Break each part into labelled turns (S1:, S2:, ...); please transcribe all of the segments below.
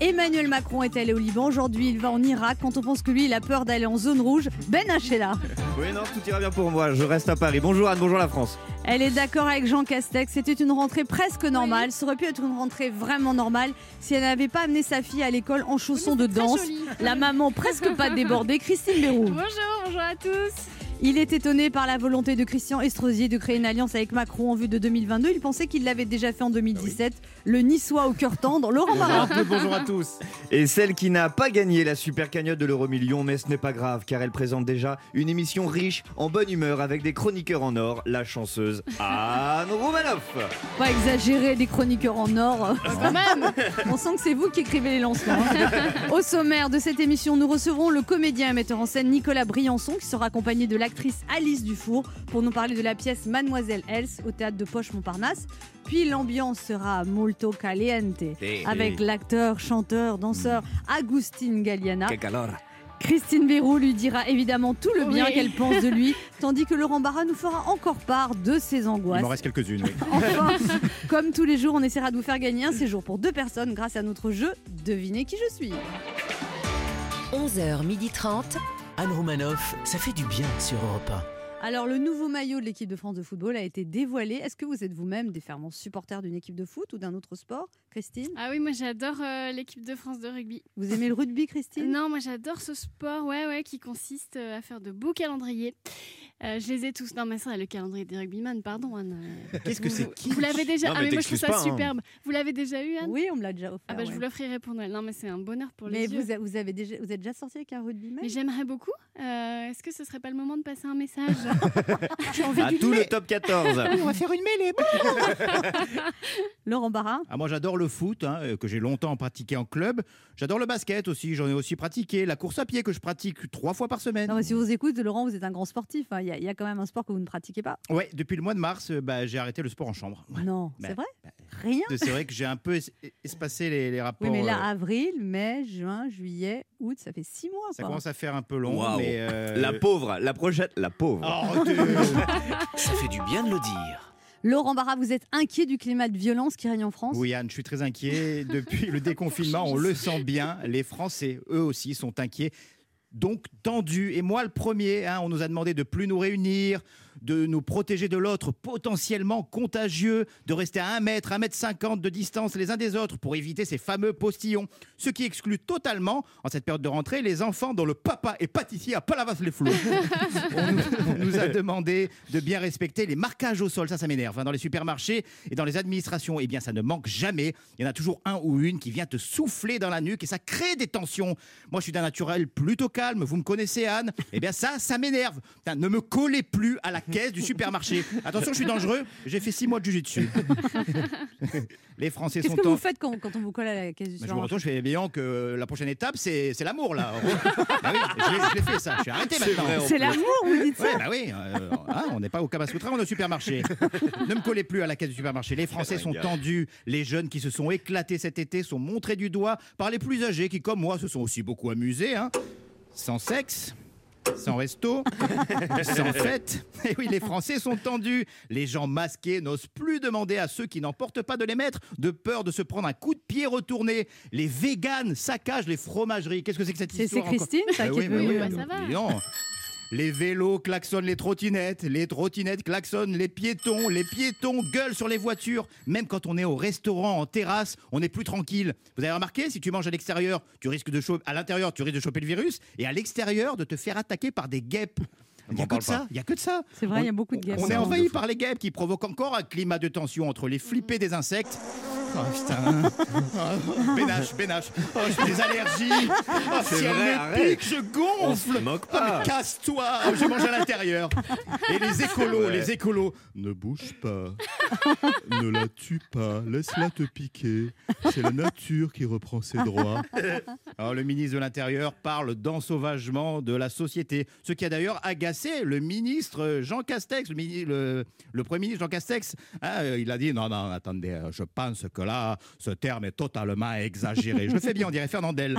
S1: Emmanuel Macron est allé au Liban aujourd'hui, il va en Irak. Quand on pense que lui, il a peur d'aller en zone rouge, Ben H est là.
S2: Oui, non, tout ira bien pour moi, je reste à Paris. Bonjour Anne, bonjour la France.
S1: Elle est d'accord avec Jean Castex, c'était une rentrée presque normale. Ça aurait pu être une rentrée vraiment normale si elle n'avait pas amené sa fille à l'école en chaussons de danse. La maman presque pas débordée, Christine Béroux.
S3: Bonjour, bonjour à tous.
S1: Il est étonné par la volonté de Christian Estrosi de créer une alliance avec Macron en vue de 2022. Il pensait qu'il l'avait déjà fait en 2017. Le Niçois au cœur tendre, Laurent Barra.
S4: Bonjour à tous.
S2: Et celle qui n'a pas gagné la super cagnotte de l'euro million, mais ce n'est pas grave, car elle présente déjà une émission riche, en bonne humeur, avec des chroniqueurs en or, la chanceuse Anne Romanoff.
S1: Pas exagéré, des chroniqueurs en or.
S3: Ah, Quand même.
S1: On sent que c'est vous qui écrivez les lancements. hein. Au sommaire de cette émission, nous recevrons le comédien et metteur en scène Nicolas Briançon, qui sera accompagné de l'actrice Alice Dufour pour nous parler de la pièce Mademoiselle Else au théâtre de Poche Montparnasse. Puis l'ambiance sera molto caliente
S2: Eh,
S1: avec
S2: eh.
S1: l'acteur, chanteur, danseur
S4: Mm.
S1: Agustin Galliana.
S5: Que calor.
S1: Christine Béroux lui dira évidemment tout le bien
S3: Oui.
S1: qu'elle pense de lui, tandis que Laurent Barra nous fera encore part de ses angoisses.
S4: Il m'en reste quelques-unes. oui.
S1: Enfin, comme tous les jours, on essaiera de vous faire gagner un séjour pour deux personnes grâce à notre jeu Devinez qui je suis.
S6: 11h30.
S5: Anne Romanoff, ça fait du bien sur Europe
S1: Alors, le nouveau maillot de l'équipe de France de football a été dévoilé. Est-ce que vous êtes vous-même des fervents supporters d'une équipe de foot ou d'un autre sport Christine
S3: Ah oui, moi j'adore euh, l'équipe de France de rugby.
S1: Vous aimez le rugby, Christine
S3: Non, moi j'adore ce sport, ouais, ouais, qui consiste euh, à faire de beaux calendriers. Euh, je les ai tous. Non, mais ça, le calendrier des rugbyman, pardon, Anne. euh,
S4: Qu'est-ce que
S3: vous-
S4: c'est
S3: vous-
S4: kitsch
S3: Vous l'avez déjà.
S4: Non,
S3: ah,
S4: mais
S3: mais moi je trouve
S4: t'excuses
S3: ça
S4: pas, hein.
S3: superbe. Vous l'avez déjà eu, Anne
S1: Oui, on me l'a déjà offert.
S3: Ah bah je
S1: ouais.
S3: vous l'offrirai pour Noël. Non, mais c'est un bonheur pour
S1: Mais
S3: les yeux.
S1: vous, a- vous avez déjà, vous êtes déjà sorti avec un rugby
S3: Mais j'aimerais beaucoup. Euh, Est-ce que ce serait pas le moment de passer un message
S4: Ah,
S2: À tout le top 14.
S4: On va faire une mêlée.
S1: Laurent Barra
S4: Ah, moi, j'adore le foot, hein, euh, que j'ai longtemps pratiqué en club. J'adore le basket aussi, j'en ai aussi pratiqué. La course à pied que je pratique trois fois par semaine.
S1: Non, mais si vous écoutez, Laurent, vous êtes un grand sportif. hein. Il y, a- il y a quand même un sport que vous ne pratiquez pas.
S4: Ouais, depuis le mois de mars, euh, bah, j'ai arrêté le sport en chambre. Ouais.
S1: Non,
S4: Bah,
S1: c'est vrai
S4: bah.
S1: Rien
S4: C'est vrai que j'ai un peu es- espacé les, les rapports.
S1: Oui, mais là, ah,
S4: euh,
S1: avril, mai, juin, juillet, août, ça fait six mois.
S4: ça
S1: quoi.
S4: commence à faire un peu long.
S2: Waouh.
S4: mais, euh,
S2: La pauvre, la prochaine, la pauvre.
S4: Oh, tu-
S5: 1. Ça fait du bien de le dire.
S1: Laurent Barra, vous êtes inquiet du climat de violence qui règne en France
S4: Oui, Anne, je suis très inquiet. Depuis le déconfinement, on le sent bien. Les Français, eux aussi, sont inquiets. Donc tendus. Et moi, le premier, hein, on nous a demandé de plus nous réunir, de nous protéger de l'autre potentiellement contagieux, de rester à 1 mètre, 1 mètre 50 de distance les uns des autres pour éviter ces fameux postillons. Ce qui exclut totalement, en cette période de rentrée, les enfants dont le papa est pâtissier à Palavas-les-Flots. on, nous- on nous a demandé de bien respecter les marquages au sol. Ça, ça m'énerve. hein, dans les supermarchés et dans les administrations, eh bien, ça ne manque jamais. Il y en a toujours un ou une qui vient te souffler dans la nuque et ça crée des tensions. Moi, je suis d'un naturel plutôt calme. Vous me connaissez, Anne. Eh bien, ça, ça m'énerve. Putain, Ne me collez plus à la caisse du supermarché. Attention, je suis dangereux. J'ai fait six mois de jujitsu. les Français
S1: Qu'est-ce
S4: sont
S1: que
S4: en.
S1: vous faites quand, quand on vous colle à la caisse du
S4: Bah, je me
S1: supermarché
S4: retourne, je fais bien que euh, la prochaine étape, c'est c'est l'amour, là. Bah oui, je l'ai- je l'ai fait, ça. Je suis arrêté
S2: C'est
S4: maintenant.
S2: vrai, en
S1: C'est l'amour, vous dites ça
S4: Ouais, bah oui, euh, hein, on n'est pas au Kamasutra, on est au supermarché. ne me collez plus à la caisse du supermarché. Les Français sont tendus. Les jeunes qui se sont éclatés cet été sont montrés du doigt par les plus âgés qui, comme moi, se sont aussi beaucoup amusés. hein. Sans sexe. Sans resto, sans fête. Et oui, les Français sont tendus. Les gens masqués n'osent plus demander à ceux qui n'emportent pas de les mettre, de peur de se prendre un coup de pied retourné. Les véganes saccagent les fromageries. Qu'est-ce que c'est que cette
S1: C'est c'est
S4: histoire encore
S1: Christine, ça,
S4: bah
S1: qui
S4: oui,
S1: est
S4: bah
S3: oui,
S1: venue.
S3: bah ça va.
S4: Dis donc. Les vélos klaxonnent les trottinettes, les trottinettes klaxonnent les piétons, les piétons gueulent sur les voitures. Même quand on est au restaurant, en terrasse, on est plus tranquille. Vous avez remarqué, si tu manges à l'extérieur, tu risques de choper, à l'intérieur, tu risques de choper le virus, et à l'extérieur, de te faire attaquer par des guêpes. Il n'y a,
S2: m'en
S4: que de
S2: parle
S4: ça, il y a que de ça.
S1: C'est vrai, il y a beaucoup de guerres.
S4: On est envahi par les guêpes qui provoquent encore un climat de tension entre les flippés des insectes. Oh putain. Oh, Bénache, bénache. Oh, j'ai des allergies. Oh,
S2: C'est
S4: si elle
S2: vrai,
S4: me
S2: arrête.
S4: pique, je gonfle.
S2: On se moque
S4: Oh, mais
S2: pas.
S4: Casse-toi. Oh, je mange à l'intérieur. Et les écolos,
S2: Ouais.
S4: les écolos. Ne bouge pas.
S6: Ne la tue pas, laisse-la te piquer. C'est la nature qui reprend ses droits.
S4: Alors, le ministre de l'Intérieur parle d'ensauvagement de la société, ce qui a d'ailleurs agacé le ministre Jean Castex, le, mini- le- le Premier ministre Jean Castex. Hein, euh, il a dit non, non, attendez, euh, je pense que là, ce terme est totalement exagéré. Je le fais bien, on dirait Fernandel.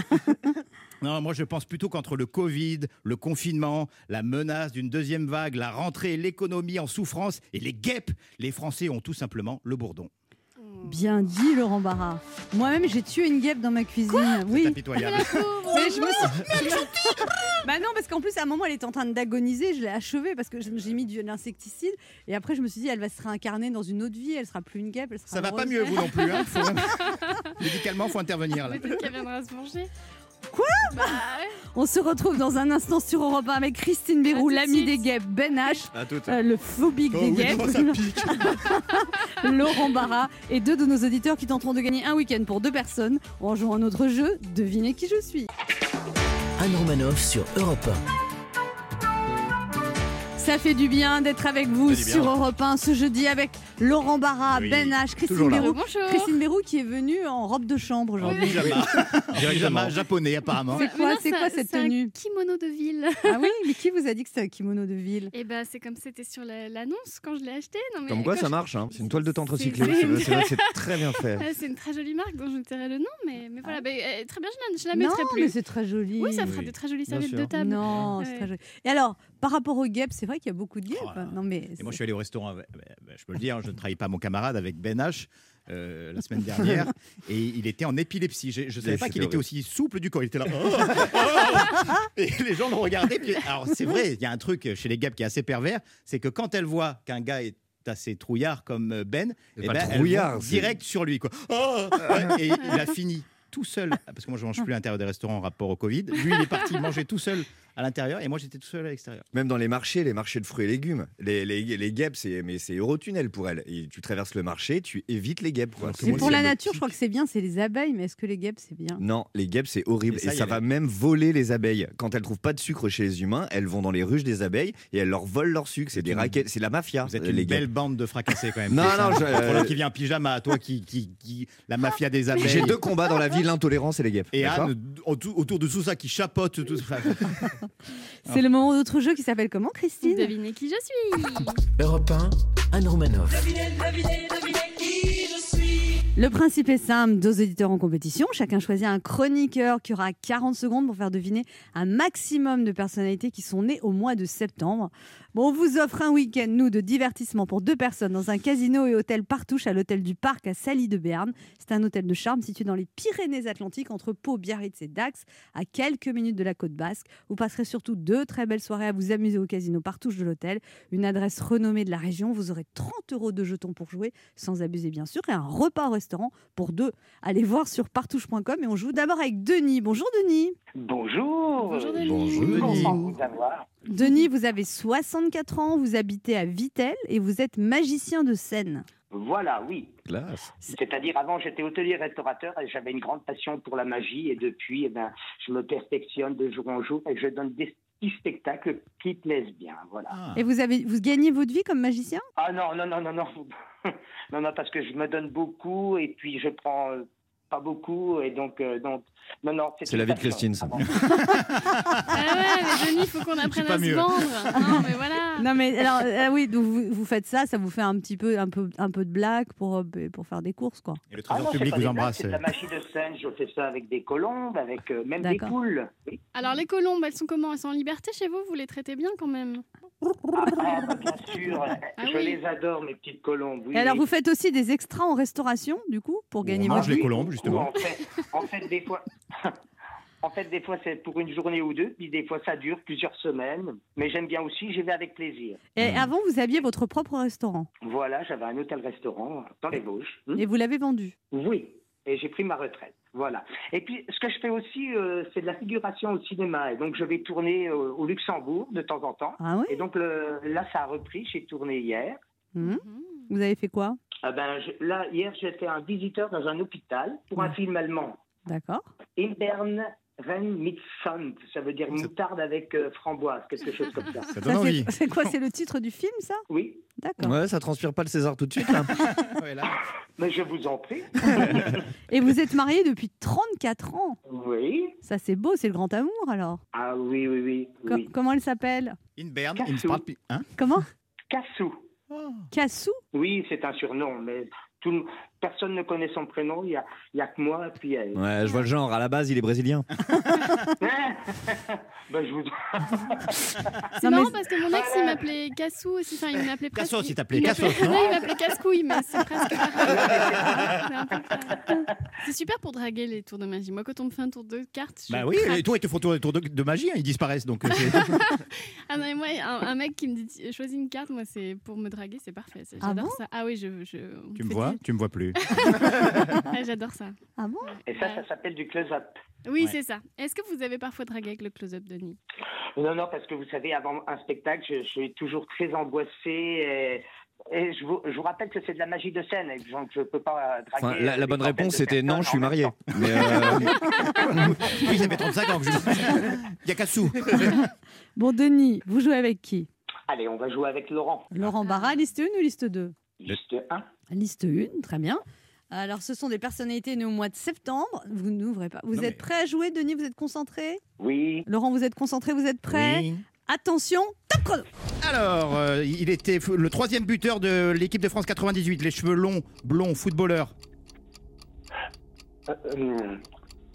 S4: Non, moi je pense plutôt qu'entre le Covid, le confinement, la menace d'une deuxième vague, la rentrée, l'économie en souffrance et les guêpes, les Français ont tout simplement le bourdon.
S1: Bien dit, Laurent Barra. Moi-même, j'ai tué une guêpe dans ma cuisine.
S4: C'est
S1: oui.
S4: impitoyable.
S1: Mais je me suis. je me- bah non, parce qu'en plus, à un moment, elle était en train d'agoniser. Je l'ai achevée parce que je- j'ai mis de l'insecticide. Et après, je me suis dit, elle va se réincarner dans une autre vie. Elle sera plus une guêpe. Elle sera
S4: Ça va pas
S1: heureuse.
S4: mieux, vous non plus. Hein. Faut... Médicalement, faut intervenir là.
S3: Peut-être qu'elle viendra se manger.
S1: Quoi
S3: Bah ouais.
S1: On se retrouve dans un instant sur Europe 1 avec Christine Bérou,
S3: À tout de
S1: l'ami
S3: suite.
S1: des guêpes, Ben H,
S2: À tout.
S1: euh, le phobique
S6: Oh
S1: des
S6: oui,
S1: guêpes,
S6: oh, ça pique.
S1: Laurent Barra et deux de nos auditeurs qui tenteront de gagner un week-end pour deux personnes en jouant à notre jeu Devinez qui je suis.
S5: Anne Romanoff sur Europe
S1: Ça fait du bien d'être avec vous
S2: Ça fait du bien.
S1: sur Europe 1 ce jeudi avec Laurent Barra,
S4: Oui,
S1: Ben H, Christine
S4: toujours là.
S1: Bérou.
S3: Euh, Bonjour.
S1: Christine Bérou qui est venue en robe de chambre aujourd'hui.
S4: Pyjama. Pyjama
S2: Directement.
S4: japonais apparemment.
S1: C'est quoi,
S3: Mais non,
S1: c'est quoi cette
S3: c'est un
S1: tenue
S3: Kimono de ville.
S1: Ah oui, mais qui vous a dit que c'était un kimono de ville
S3: Et bah c'est comme c'était sur la- l'annonce quand je l'ai acheté. Non, mais
S2: Comme quoi,
S3: quand
S2: ça
S3: je-
S2: marche. hein. C'est une toile de tente
S3: C'est-
S2: recyclée.
S3: c'est une-
S2: C'est- C'est vrai que c'est très bien fait. Ah.
S3: Ah, C'est une très jolie marque dont je ne tairai le nom, mais, mais voilà, bah, euh, très bien, je la, je la
S1: Non,
S3: mettrai
S1: mais
S3: plus.
S1: c'est très joli.
S3: Oui, ça fera
S2: Oui,
S3: des très jolies
S2: bien
S3: serviettes de
S2: sûr.
S3: table.
S1: Non,
S3: Ouais.
S1: c'est très joli. Et alors, par rapport aux guêpes, c'est vrai qu'il y a beaucoup de guêpes.
S4: Oh là là.
S1: non, mais
S4: Et moi, je suis allé au restaurant, avec- ben, ben, je peux le dire, je ne trahis pas mon camarade avec Ben H. euh, la semaine dernière et il était en épilepsie je, je savais
S2: Mais
S4: pas
S2: c'était
S4: qu'il était
S2: horrible.
S4: aussi souple du corps il était là Oh, oh. et les gens le regardaient puis- alors c'est vrai il y a un truc chez les gars qui est assez pervers c'est que quand elle voit qu'un gars est assez trouillard comme Ben
S2: C'est
S4: eh
S2: pas
S4: ben, elle
S2: trouillard,
S4: va
S2: c'est-
S4: direct sur lui quoi Oh. Ouais, et il a fini tout seul parce que moi je mange plus à l'intérieur des restaurants en rapport au Covid lui il est parti manger tout seul à l'intérieur et moi j'étais tout seul à l'extérieur
S2: Même dans les marchés, les marchés de fruits et légumes, les, les, les guêpes, c'est mais c'est Eurotunnel pour elles. Et tu traverses le marché, tu évites les guêpes. quoi.
S4: Alors que
S1: C'est
S4: moi,
S1: pour
S4: c'est
S1: la
S4: un
S1: nature, je crois que
S4: optique.
S1: c'est bien, c'est les abeilles, mais est-ce que les guêpes, c'est bien
S2: Non, les guêpes, c'est horrible.
S4: Et
S2: Et
S4: ça,
S2: ça,
S4: il y avait-
S2: va même voler les abeilles. Quand elles trouvent pas de sucre chez les humains, elles vont dans les ruches des abeilles et elles leur volent leur sucre.
S4: C'est
S2: C'est des
S4: une-
S2: raquettes, c'est la mafia.
S4: Vous êtes
S2: euh,
S4: une
S2: les
S4: belle
S2: guêpes.
S4: bande de fracassés quand même.
S2: Non,
S4: C'est ça.
S2: non, je-
S4: Entre
S2: euh,
S4: l'autre qui vient en pyjama, toi qui, qui, qui- la mafia des abeilles.
S2: J'ai deux combats dans la hein. vie, l'intolérance et les guêpes.
S4: Et
S2: D'accord
S4: Anne autour, autour de tout ça qui chapote tout ça.
S1: C'est le moment d'autre jeu qui s'appelle comment, Christine
S3: Devinez qui je suis
S5: 1. Europe 1, Anne Romanoff.
S1: Le principe est simple, deux éditeurs en compétition, chacun choisit un chroniqueur qui aura 40 secondes pour faire deviner un maximum de personnalités qui sont nées au mois de septembre. Bon, on vous offre un week-end, nous, de divertissement pour deux personnes dans un casino et hôtel partouche à l'hôtel du Parc à Sally de Berne. C'est un hôtel de charme situé dans les Pyrénées-Atlantiques entre Pau, Biarritz et Dax, à quelques minutes de la côte basque. Vous passerez surtout deux très belles soirées à vous amuser au casino partouche de l'hôtel, une adresse renommée de la région. Vous aurez 30 euros de jetons pour jouer sans abuser bien sûr, et un repas au restaurant pour deux. Allez voir sur partouche.com et on joue d'abord avec Denis. Bonjour Denis. Oh,
S7: Bonjour.
S3: Bonjour Denis.
S4: Bonjour, Denis.
S7: Content de vous avoir.
S1: Denis, vous avez 64 ans, vous habitez à Vitel et vous êtes magicien de scène.
S7: Voilà, oui.
S2: Classe.
S7: C'est-à-dire, avant, j'étais hôtelier-restaurateur et j'avais une grande passion pour la magie. Et depuis, eh ben, je me perfectionne de jour en jour et je donne des petits spectacles qui plaisent bien. Voilà.
S4: Ah.
S1: Et vous avez vous gagnez votre vie comme magicien
S7: Ah non, non, non, non, non. non, non, parce que je me donne beaucoup et puis je prends euh, pas beaucoup. Et donc, euh, donc non, non.
S2: C'est
S7: une
S2: la vie de
S7: passion.
S2: Christine, ça.
S7: Ah bon.
S3: Ah ouais, mais Denis, il faut qu'on apprenne
S4: pas
S3: à se
S4: mieux.
S3: vendre. Non, mais voilà.
S1: Non mais alors ah oui, donc vous, vous faites ça, ça vous fait un petit peu un peu un peu de blague pour euh, pour faire des courses quoi.
S4: Et le
S7: Ah non,
S4: trésor
S7: c'est
S4: public
S7: pas
S4: vous
S7: des blagues,
S4: embrasse.
S7: C'est de la magie de scène. Je fais ça avec des colombes, avec euh, même des
S1: D'accord.
S7: poules. Oui.
S3: Alors, les colombes, elles sont comment Elles sont en liberté chez vous Vous les traitez bien quand même
S7: Ah, bah, bien sûr. je
S3: oui.
S7: les adore, mes petites colombes. oui,
S1: Ah Et alors
S7: oui.
S1: vous faites aussi des extras en restauration du coup pour gagner
S4: On
S1: votre
S4: mange
S1: vie.
S4: les colombes, justement.
S7: En fait, en fait, des fois. En fait, des fois, c'est pour une journée ou deux, puis des fois, ça dure plusieurs semaines. Mais j'aime bien aussi, j'y vais avec plaisir.
S1: Et
S4: Mm.
S1: avant vous aviez votre propre restaurant
S7: Voilà, j'avais un hôtel-restaurant dans les Vosges. Hmm
S1: et vous l'avez vendu.
S7: Oui, et j'ai pris ma retraite. Voilà. Et puis, ce que je fais aussi, euh, c'est de la figuration au cinéma. Et donc, je vais tourner euh, au Luxembourg de temps en temps.
S1: Ah oui
S7: Et donc, le- là, ça a repris. J'ai tourné hier.
S1: Mhm.
S3: Mhm.
S1: Vous avez fait quoi
S7: Ah ben, je-
S4: Hmm.
S7: là, hier, j'étais un visiteur dans un hôpital pour un film allemand.
S1: D'accord.
S7: Imbern Ren mit Sand, ça veut dire moutarde avec euh, framboise, quelque chose comme ça.
S4: Ça
S1: Ça,
S4: donne
S1: c'est-
S4: envie.
S1: C'est quoi C'est le titre du film, ça
S7: Oui,
S1: D'accord.
S2: Ouais, ça transpire pas le César tout de suite. là.
S4: Ouais, là.
S7: mais je vous en prie.
S1: Et vous êtes mariés depuis 34 ans.
S7: Oui,
S1: Ça, c'est beau, c'est le grand amour, alors.
S7: ah oui, oui, oui.
S1: Co-
S7: oui.
S1: Comment elle s'appelle
S4: In Berne,
S7: Cassou.
S4: in Strapi- hein
S1: Comment
S7: Cassou.
S1: Cassou
S7: Oui, c'est un surnom, mais tout, le- personne ne connaît son prénom, il n'y a, il y a que moi, puis elle.
S2: Ouais, je vois le genre. À la base, il est brésilien.
S1: Ah,
S7: Ben, je vous...
S3: C'est
S1: Non,
S3: marrant
S1: mais-
S3: parce que mon ex, il m'appelait Cassou aussi. Enfin, il m'appelait presque.
S4: Cassos, il t'appelait
S3: m'appelait-
S4: Cassos, non
S3: Là, il m'appelait Casse-couille, mais c'est presque pareil. C'est un peu pareil. C'est super pour draguer les tours de magie. Moi, quand on me fait un tour de cartes, je
S4: Bah oui,
S3: craque.
S4: et toi, ils te font tour, tour de, de magie, hein, ils disparaissent. Donc, euh, c'est-
S3: Ah non, mais moi, un, un mec qui me dit choisis une carte, moi, c'est pour me draguer, c'est parfait. C'est-
S1: Ah
S3: J'adore
S1: bon
S3: ça. Ah oui, je. je- on
S4: tu me
S3: fait
S4: vois,
S3: des-
S4: tu me vois plus.
S3: Ah, J'adore ça.
S1: Ah bon
S7: Et ça, ça s'appelle du close-up.
S3: Oui,
S4: Ouais.
S3: c'est ça. Est-ce que vous avez parfois dragué avec le close-up, Denis
S7: Non, non, parce que vous savez, avant un spectacle, je, je suis toujours très angoissé. Et, et je, vous, je vous rappelle que c'est de la magie de scène, et donc je ne peux pas draguer. euh,
S2: Enfin, la, la
S7: des
S2: bonne
S7: centaines
S2: réponse,
S7: de
S2: c'était non,
S7: personnes
S2: je suis
S7: en même
S2: marié.
S7: temps.
S2: Mais euh,
S4: Oui, ça fait 35 ans que je. Il y a Cassou.
S1: Bon, Denis, vous jouez avec qui
S7: Allez, on va jouer avec Laurent.
S1: Laurent Barra, liste 1 ou liste 2
S7: Juste un.
S1: Ah. Liste 1, très bien. Alors, ce sont des personnalités nées au mois de septembre. Vous n'ouvrez pas. Vous
S4: Non,
S1: êtes
S4: mais-
S1: prêts à jouer, Denis Vous êtes concentrés
S7: Oui.
S1: Laurent, vous êtes concentrés Vous êtes prêts
S4: Oui.
S1: Attention, top chrono
S4: Alors, euh, il était f- le troisième buteur de l'équipe de France 98, les cheveux longs, blonds, footballeur.
S7: Euh, euh,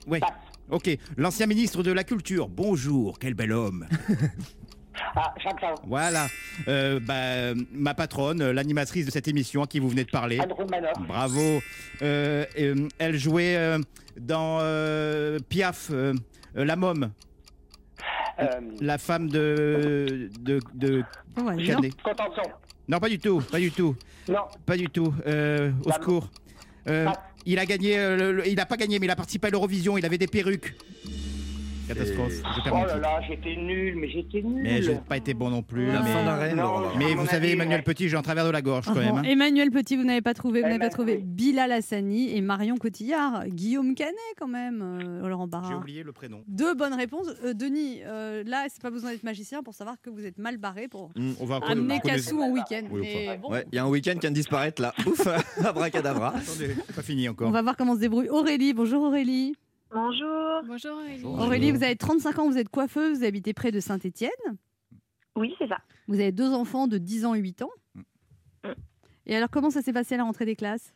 S4: Ouais.
S7: passe.
S4: Ok, l'ancien ministre de la Culture. Bonjour, quel bel homme.
S7: Ah, Jacques Lang.
S4: Voilà. Euh, bah, ma patronne, euh, l'animatrice de cette émission à qui vous venez de parler.
S7: Anne Romanoff.
S2: Ah,
S4: Bravo. Euh, euh, elle jouait euh, dans euh, Piaf, euh, euh, la môme,
S7: Euh,
S4: la femme de. de, de
S1: Ouais, non.
S4: Canet.
S7: Contenson.
S4: Non, pas du tout, pas du tout,
S7: Non.
S4: pas du tout. Euh, au
S7: La- Ah.
S4: secours. Euh,
S7: Passe.
S4: il a gagné, euh, le- le- il a pas gagné, mais il a participé à l'Eurovision, il avait des perruques. Catastrophe, je perds
S7: Oh
S4: mon
S7: là
S4: titre.
S7: là, j'étais nul, mais j'étais nul.
S4: Mais j'ai pas été bon non plus.
S2: la
S4: mais-
S2: fin d'un rêve,
S7: Non,
S2: Laurent Barra.
S7: À
S4: Mais
S7: mon
S4: vous savez,
S7: avis,
S4: Emmanuel
S7: ouais.
S4: Petit, j'ai un travers de la gorge quand
S1: Bon,
S4: même. hein.
S1: Oh, Emmanuel Petit, vous n'avez pas trouvé, vous n'avez
S4: bah,
S1: pas
S7: Emmanuel
S1: trouvé
S7: Petit.
S1: Bilal Hassani et Marion Cotillard, Guillaume Canet quand même, euh, Laurent
S4: J'ai
S1: Barra.
S4: oublié le prénom.
S1: Deux bonnes réponses. Euh, Denis, euh, là, c'est pas besoin d'être magicien pour savoir que vous êtes mal barré pour
S4: On va encore-
S1: amener
S4: on connaît-
S1: Cassou en week-end.
S4: Oui,
S1: Mais
S4: enfin,
S1: bon,
S2: ouais, il y a un week-end qui vient de disparaître là. Ouf, abracadabra.
S4: Attendez, c'est pas fini
S1: on
S4: encore.
S1: va voir comment se débrouille Aurélie. Bonjour Aurélie.
S8: Bonjour.
S3: Bonjour, Aurélie.
S2: Bonjour.
S1: Aurélie, vous avez 35 ans, vous êtes coiffeuse, vous habitez près de Saint-Étienne.
S8: Oui, c'est ça.
S1: Vous avez deux enfants de 10 ans et 8 ans.
S4: Mm.
S1: Et alors, comment ça s'est passé à la rentrée des classes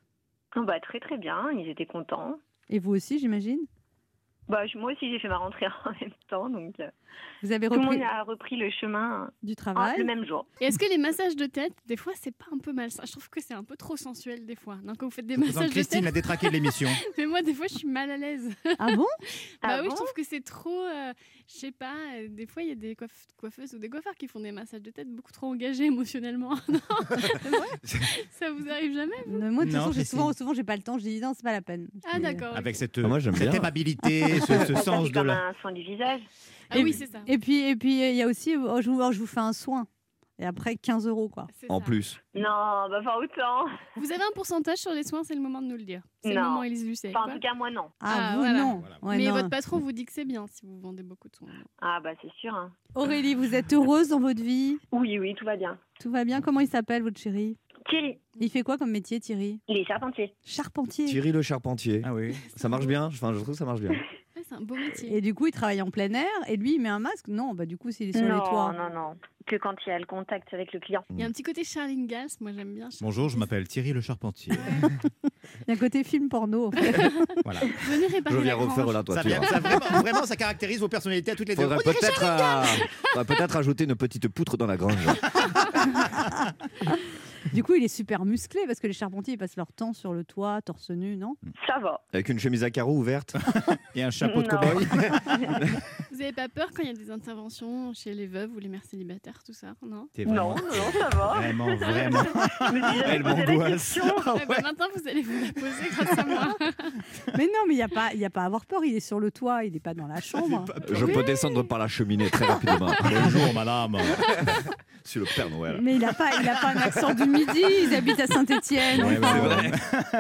S8: Oh, bah, très très bien, ils étaient contents.
S1: Et vous aussi, j'imagine
S8: Bah, je- moi aussi, j'ai fait ma rentrée en même temps, donc euh,
S1: Vous avez
S8: tout le
S1: repris
S8: monde a repris le chemin euh, en-
S1: du
S8: le
S1: travail.
S8: même jour.
S3: Et est-ce que les massages de tête, des fois, c'est pas un peu malsain Je trouve que c'est un peu trop sensuel, des fois. Non, quand vous faites des
S4: Je vous présente
S3: massages de
S4: Christine,
S3: tête,
S4: la détraquée de l'émission.
S3: mais moi, des fois, je suis mal à l'aise.
S1: Ah bon
S3: bah
S8: Ah
S3: oui,
S8: bon
S3: je trouve que c'est trop. euh, je sais pas, euh, des fois, il y a des coiff- coiffeuses ou des coiffeurs qui font des massages de tête beaucoup trop engagés émotionnellement. Non Ça vous arrive jamais
S1: Mais Moi, de toute
S4: Non,
S1: façon, j'ai
S4: mais
S1: souvent, souvent j'ai pas le temps. Je dis non, c'est pas la peine.
S3: Ah,
S1: Mais-
S3: d'accord.
S4: Avec cette,
S2: Ah, moi, j'aime
S4: cette
S2: bien.
S4: aimabilité, ce, ce
S8: Ça
S4: sens
S8: fait
S4: de
S8: comme
S4: la.
S8: un soin du visage.
S3: Ah
S1: Et-
S3: oui, c'est ça.
S1: Et puis, et puis, il y a aussi, oh, je, vous, oh, je vous fais un soin. Et après, 15 euros, quoi.
S3: C'est
S2: En
S3: ça.
S2: plus.
S8: Non, bah pas autant.
S3: Vous avez un pourcentage sur les soins, c'est le moment de nous le dire. C'est le
S8: Non.
S3: moment, Elise Lucet.
S8: Enfin,
S3: quoi.
S8: en tout cas, moi non.
S1: Ah,
S3: Ah,
S1: vous,
S3: voilà.
S1: non.
S4: Voilà.
S1: Ouais,
S3: Mais
S1: non.
S3: votre patron vous dit que c'est bien si vous vendez beaucoup de soins.
S8: Ah bah c'est sûr. hein.
S1: Aurélie, vous êtes heureuse dans votre vie
S8: Oui, oui, tout va bien.
S1: Tout va bien Comment il s'appelle, votre chéri
S8: Thierry,
S1: Il fait quoi comme métier, Thierry
S8: les charpentiers.
S1: Charpentier.
S2: Thierry le charpentier.
S4: Ah oui.
S2: Ça marche bien. Enfin, je trouve que ça marche bien.
S3: Ouais, c'est un beau métier.
S1: Et du coup, il travaille en plein air. Et lui, il met un masque Non, bah du coup, s'il est sur les
S8: non,
S1: toits.
S8: non, non. Que quand il y a le contact avec le client.
S3: Il y a un petit côté Charline Gals, moi j'aime bien.
S4: Bonjour, je m'appelle Thierry le Charpentier.
S1: Il y a un côté film porno. en fait.
S4: voilà.
S3: Venez réparer
S2: Je viens
S3: la grange.
S2: refaire la
S4: Ça,
S2: toiture.
S4: vient- ça vraiment, vraiment, ça caractérise vos personnalités à toutes les deux. Oh,
S2: Faudrait peut-être euh, faudrait peut-être ajouter une petite poutre dans la grange.
S1: du coup, il est super musclé parce que les charpentiers, ils passent leur temps sur le toit, torse nu, non
S8: Ça va.
S2: Avec une chemise à carreaux ouverte.
S4: Et un chapeau de
S8: Non.
S4: cow-boy.
S3: Vous n'avez pas peur quand il y a des interventions chez les veuves ou les mères célibataires, tout ça, non
S4: T'es
S8: Non, non, non, ça va.
S4: Vraiment, vraiment.
S8: Je me suis jamais
S2: Elle
S8: posé la
S2: m'angoisse.
S8: question.
S4: Ah
S3: Eh ben,
S4: ouais.
S3: Maintenant, vous allez vous la poser grâce à moi.
S1: Mais non, mais il n'y a, pas- il y a pas à avoir peur. Il est sur le toit, il n'est pas dans la chambre.
S2: Je peux descendre par la cheminée très rapidement.
S4: Bonjour, madame.
S2: C'est le Père Noël.
S1: Mais il n'a pas, il a pas un accent du midi, ils habitent à Saint-Étienne.
S4: Ouais,
S1: enfin.
S4: ouais, ouais.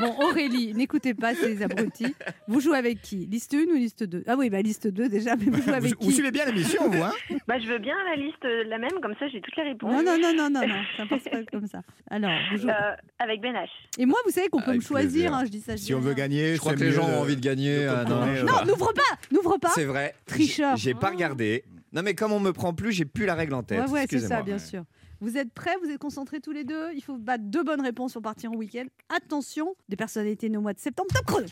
S1: Bon, Aurélie, n'écoutez pas ces abrutis. Vous jouez avec qui Liste 1 ou liste 2 Ah oui, bah liste 2 déjà, mais vous jouez
S4: Vous,
S1: avec
S4: vous
S1: qui
S4: suivez bien l'émission, vous, hein
S8: Bah, je veux bien la liste euh, la même, comme ça j'ai toutes les réponses.
S1: non, non, non, non, non, non, ça passe pas comme ça. Alors, vous jouez-
S8: Euh, avec Ben H.
S1: Et moi, vous savez qu'on peut
S2: Avec
S1: me choisir,
S2: plaisir.
S1: hein, je dis ça. je dis
S4: Si on
S1: rien.
S4: veut gagner,
S2: Je crois que les gens ont envie de gagner. euh,
S4: de
S2: Anna.
S4: compromis,
S2: Je-
S1: Non, n'ouvre pas Ah, N'ouvre pas
S2: C'est vrai.
S1: Tricheur.
S2: J'ai j'ai pas
S3: Ah.
S2: regardé. Non, mais comme on me prend plus, j'ai plus la règle en tête.
S1: Ouais, ouais, c'est ça,
S2: Excusez-moi.
S1: bien sûr. Vous êtes prêts Vous êtes concentrés tous les deux Il faut battre deux bonnes réponses pour partir en week-end. Attention, des personnalités nées au mois de septembre. Top chrono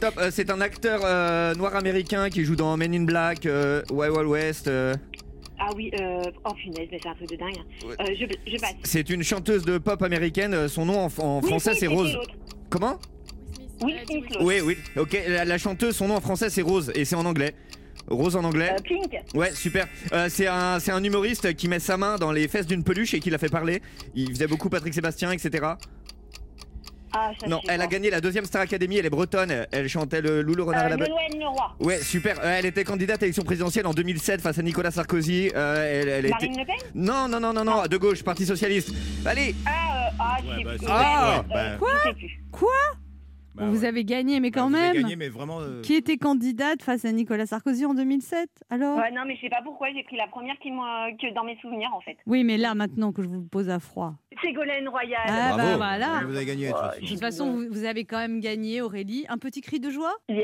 S2: Top, euh, c'est un acteur euh, noir américain qui joue dans Men in Black, euh, Wild Wild West. euh,
S8: Ah oui, euh, oh punaise, mais c'est un truc de dingue.
S2: Ouais.
S8: Euh, je, je passe.
S2: c'est une chanteuse de pop américaine. euh, Son nom en, en
S8: Oui,
S2: français,
S8: oui,
S2: c'est Rose.
S8: l'autre.
S2: Comment
S8: Oui, Pink, l'autre.
S2: Oui, oui. Ok, la, la chanteuse, son nom en français, c'est Rose. Et c'est en anglais. Rose en anglais.
S8: Euh, Pink.
S2: Ouais, super. Euh, c'est un, c'est un humoriste qui met sa main dans les fesses d'une peluche et qui la fait parler. Il faisait beaucoup Patrick Sébastien, etc.
S8: Ah, ça
S2: Non,
S8: c'est
S2: elle a
S8: fort.
S2: gagné la deuxième Star Academy, elle est bretonne. Elle chantait le Loulou Renard
S8: Euh,
S2: et la Bête.
S8: Nolwenn Leroy.
S2: Ouais, super. Euh, Elle était candidate à l'élection présidentielle en 2007 face à Nicolas Sarkozy. Euh, elle, elle était...
S8: Marine Le Pen
S2: Non, non, non, non, non, de gauche, Parti Socialiste. Allez
S8: Ah, euh, ah, je
S4: Ouais,
S8: sais
S4: bah,
S8: plus.
S4: c'est-
S2: Ah
S4: ouais, bah,
S8: Quoi Je sais plus.
S4: bah,
S1: Vous
S4: ouais.
S1: avez gagné, mais
S4: Bah,
S1: quand
S4: vous avez
S1: même.
S4: gagné, mais vraiment. euh,
S1: Qui était candidate face à Nicolas Sarkozy en 2007 Alors
S8: Euh, Ouais, non, mais je sais pas pourquoi j'ai pris la première qui m'a- que dans mes souvenirs en fait.
S1: Oui, mais là, maintenant que je vous le pose à froid.
S8: Ségolène Royal.
S1: Ah,
S2: Bravo.
S1: bah voilà
S4: Vous avez gagné. de toute façon.
S1: De toute façon, vous, vous avez quand même gagné, Aurélie. Un petit cri de joie
S8: Yes.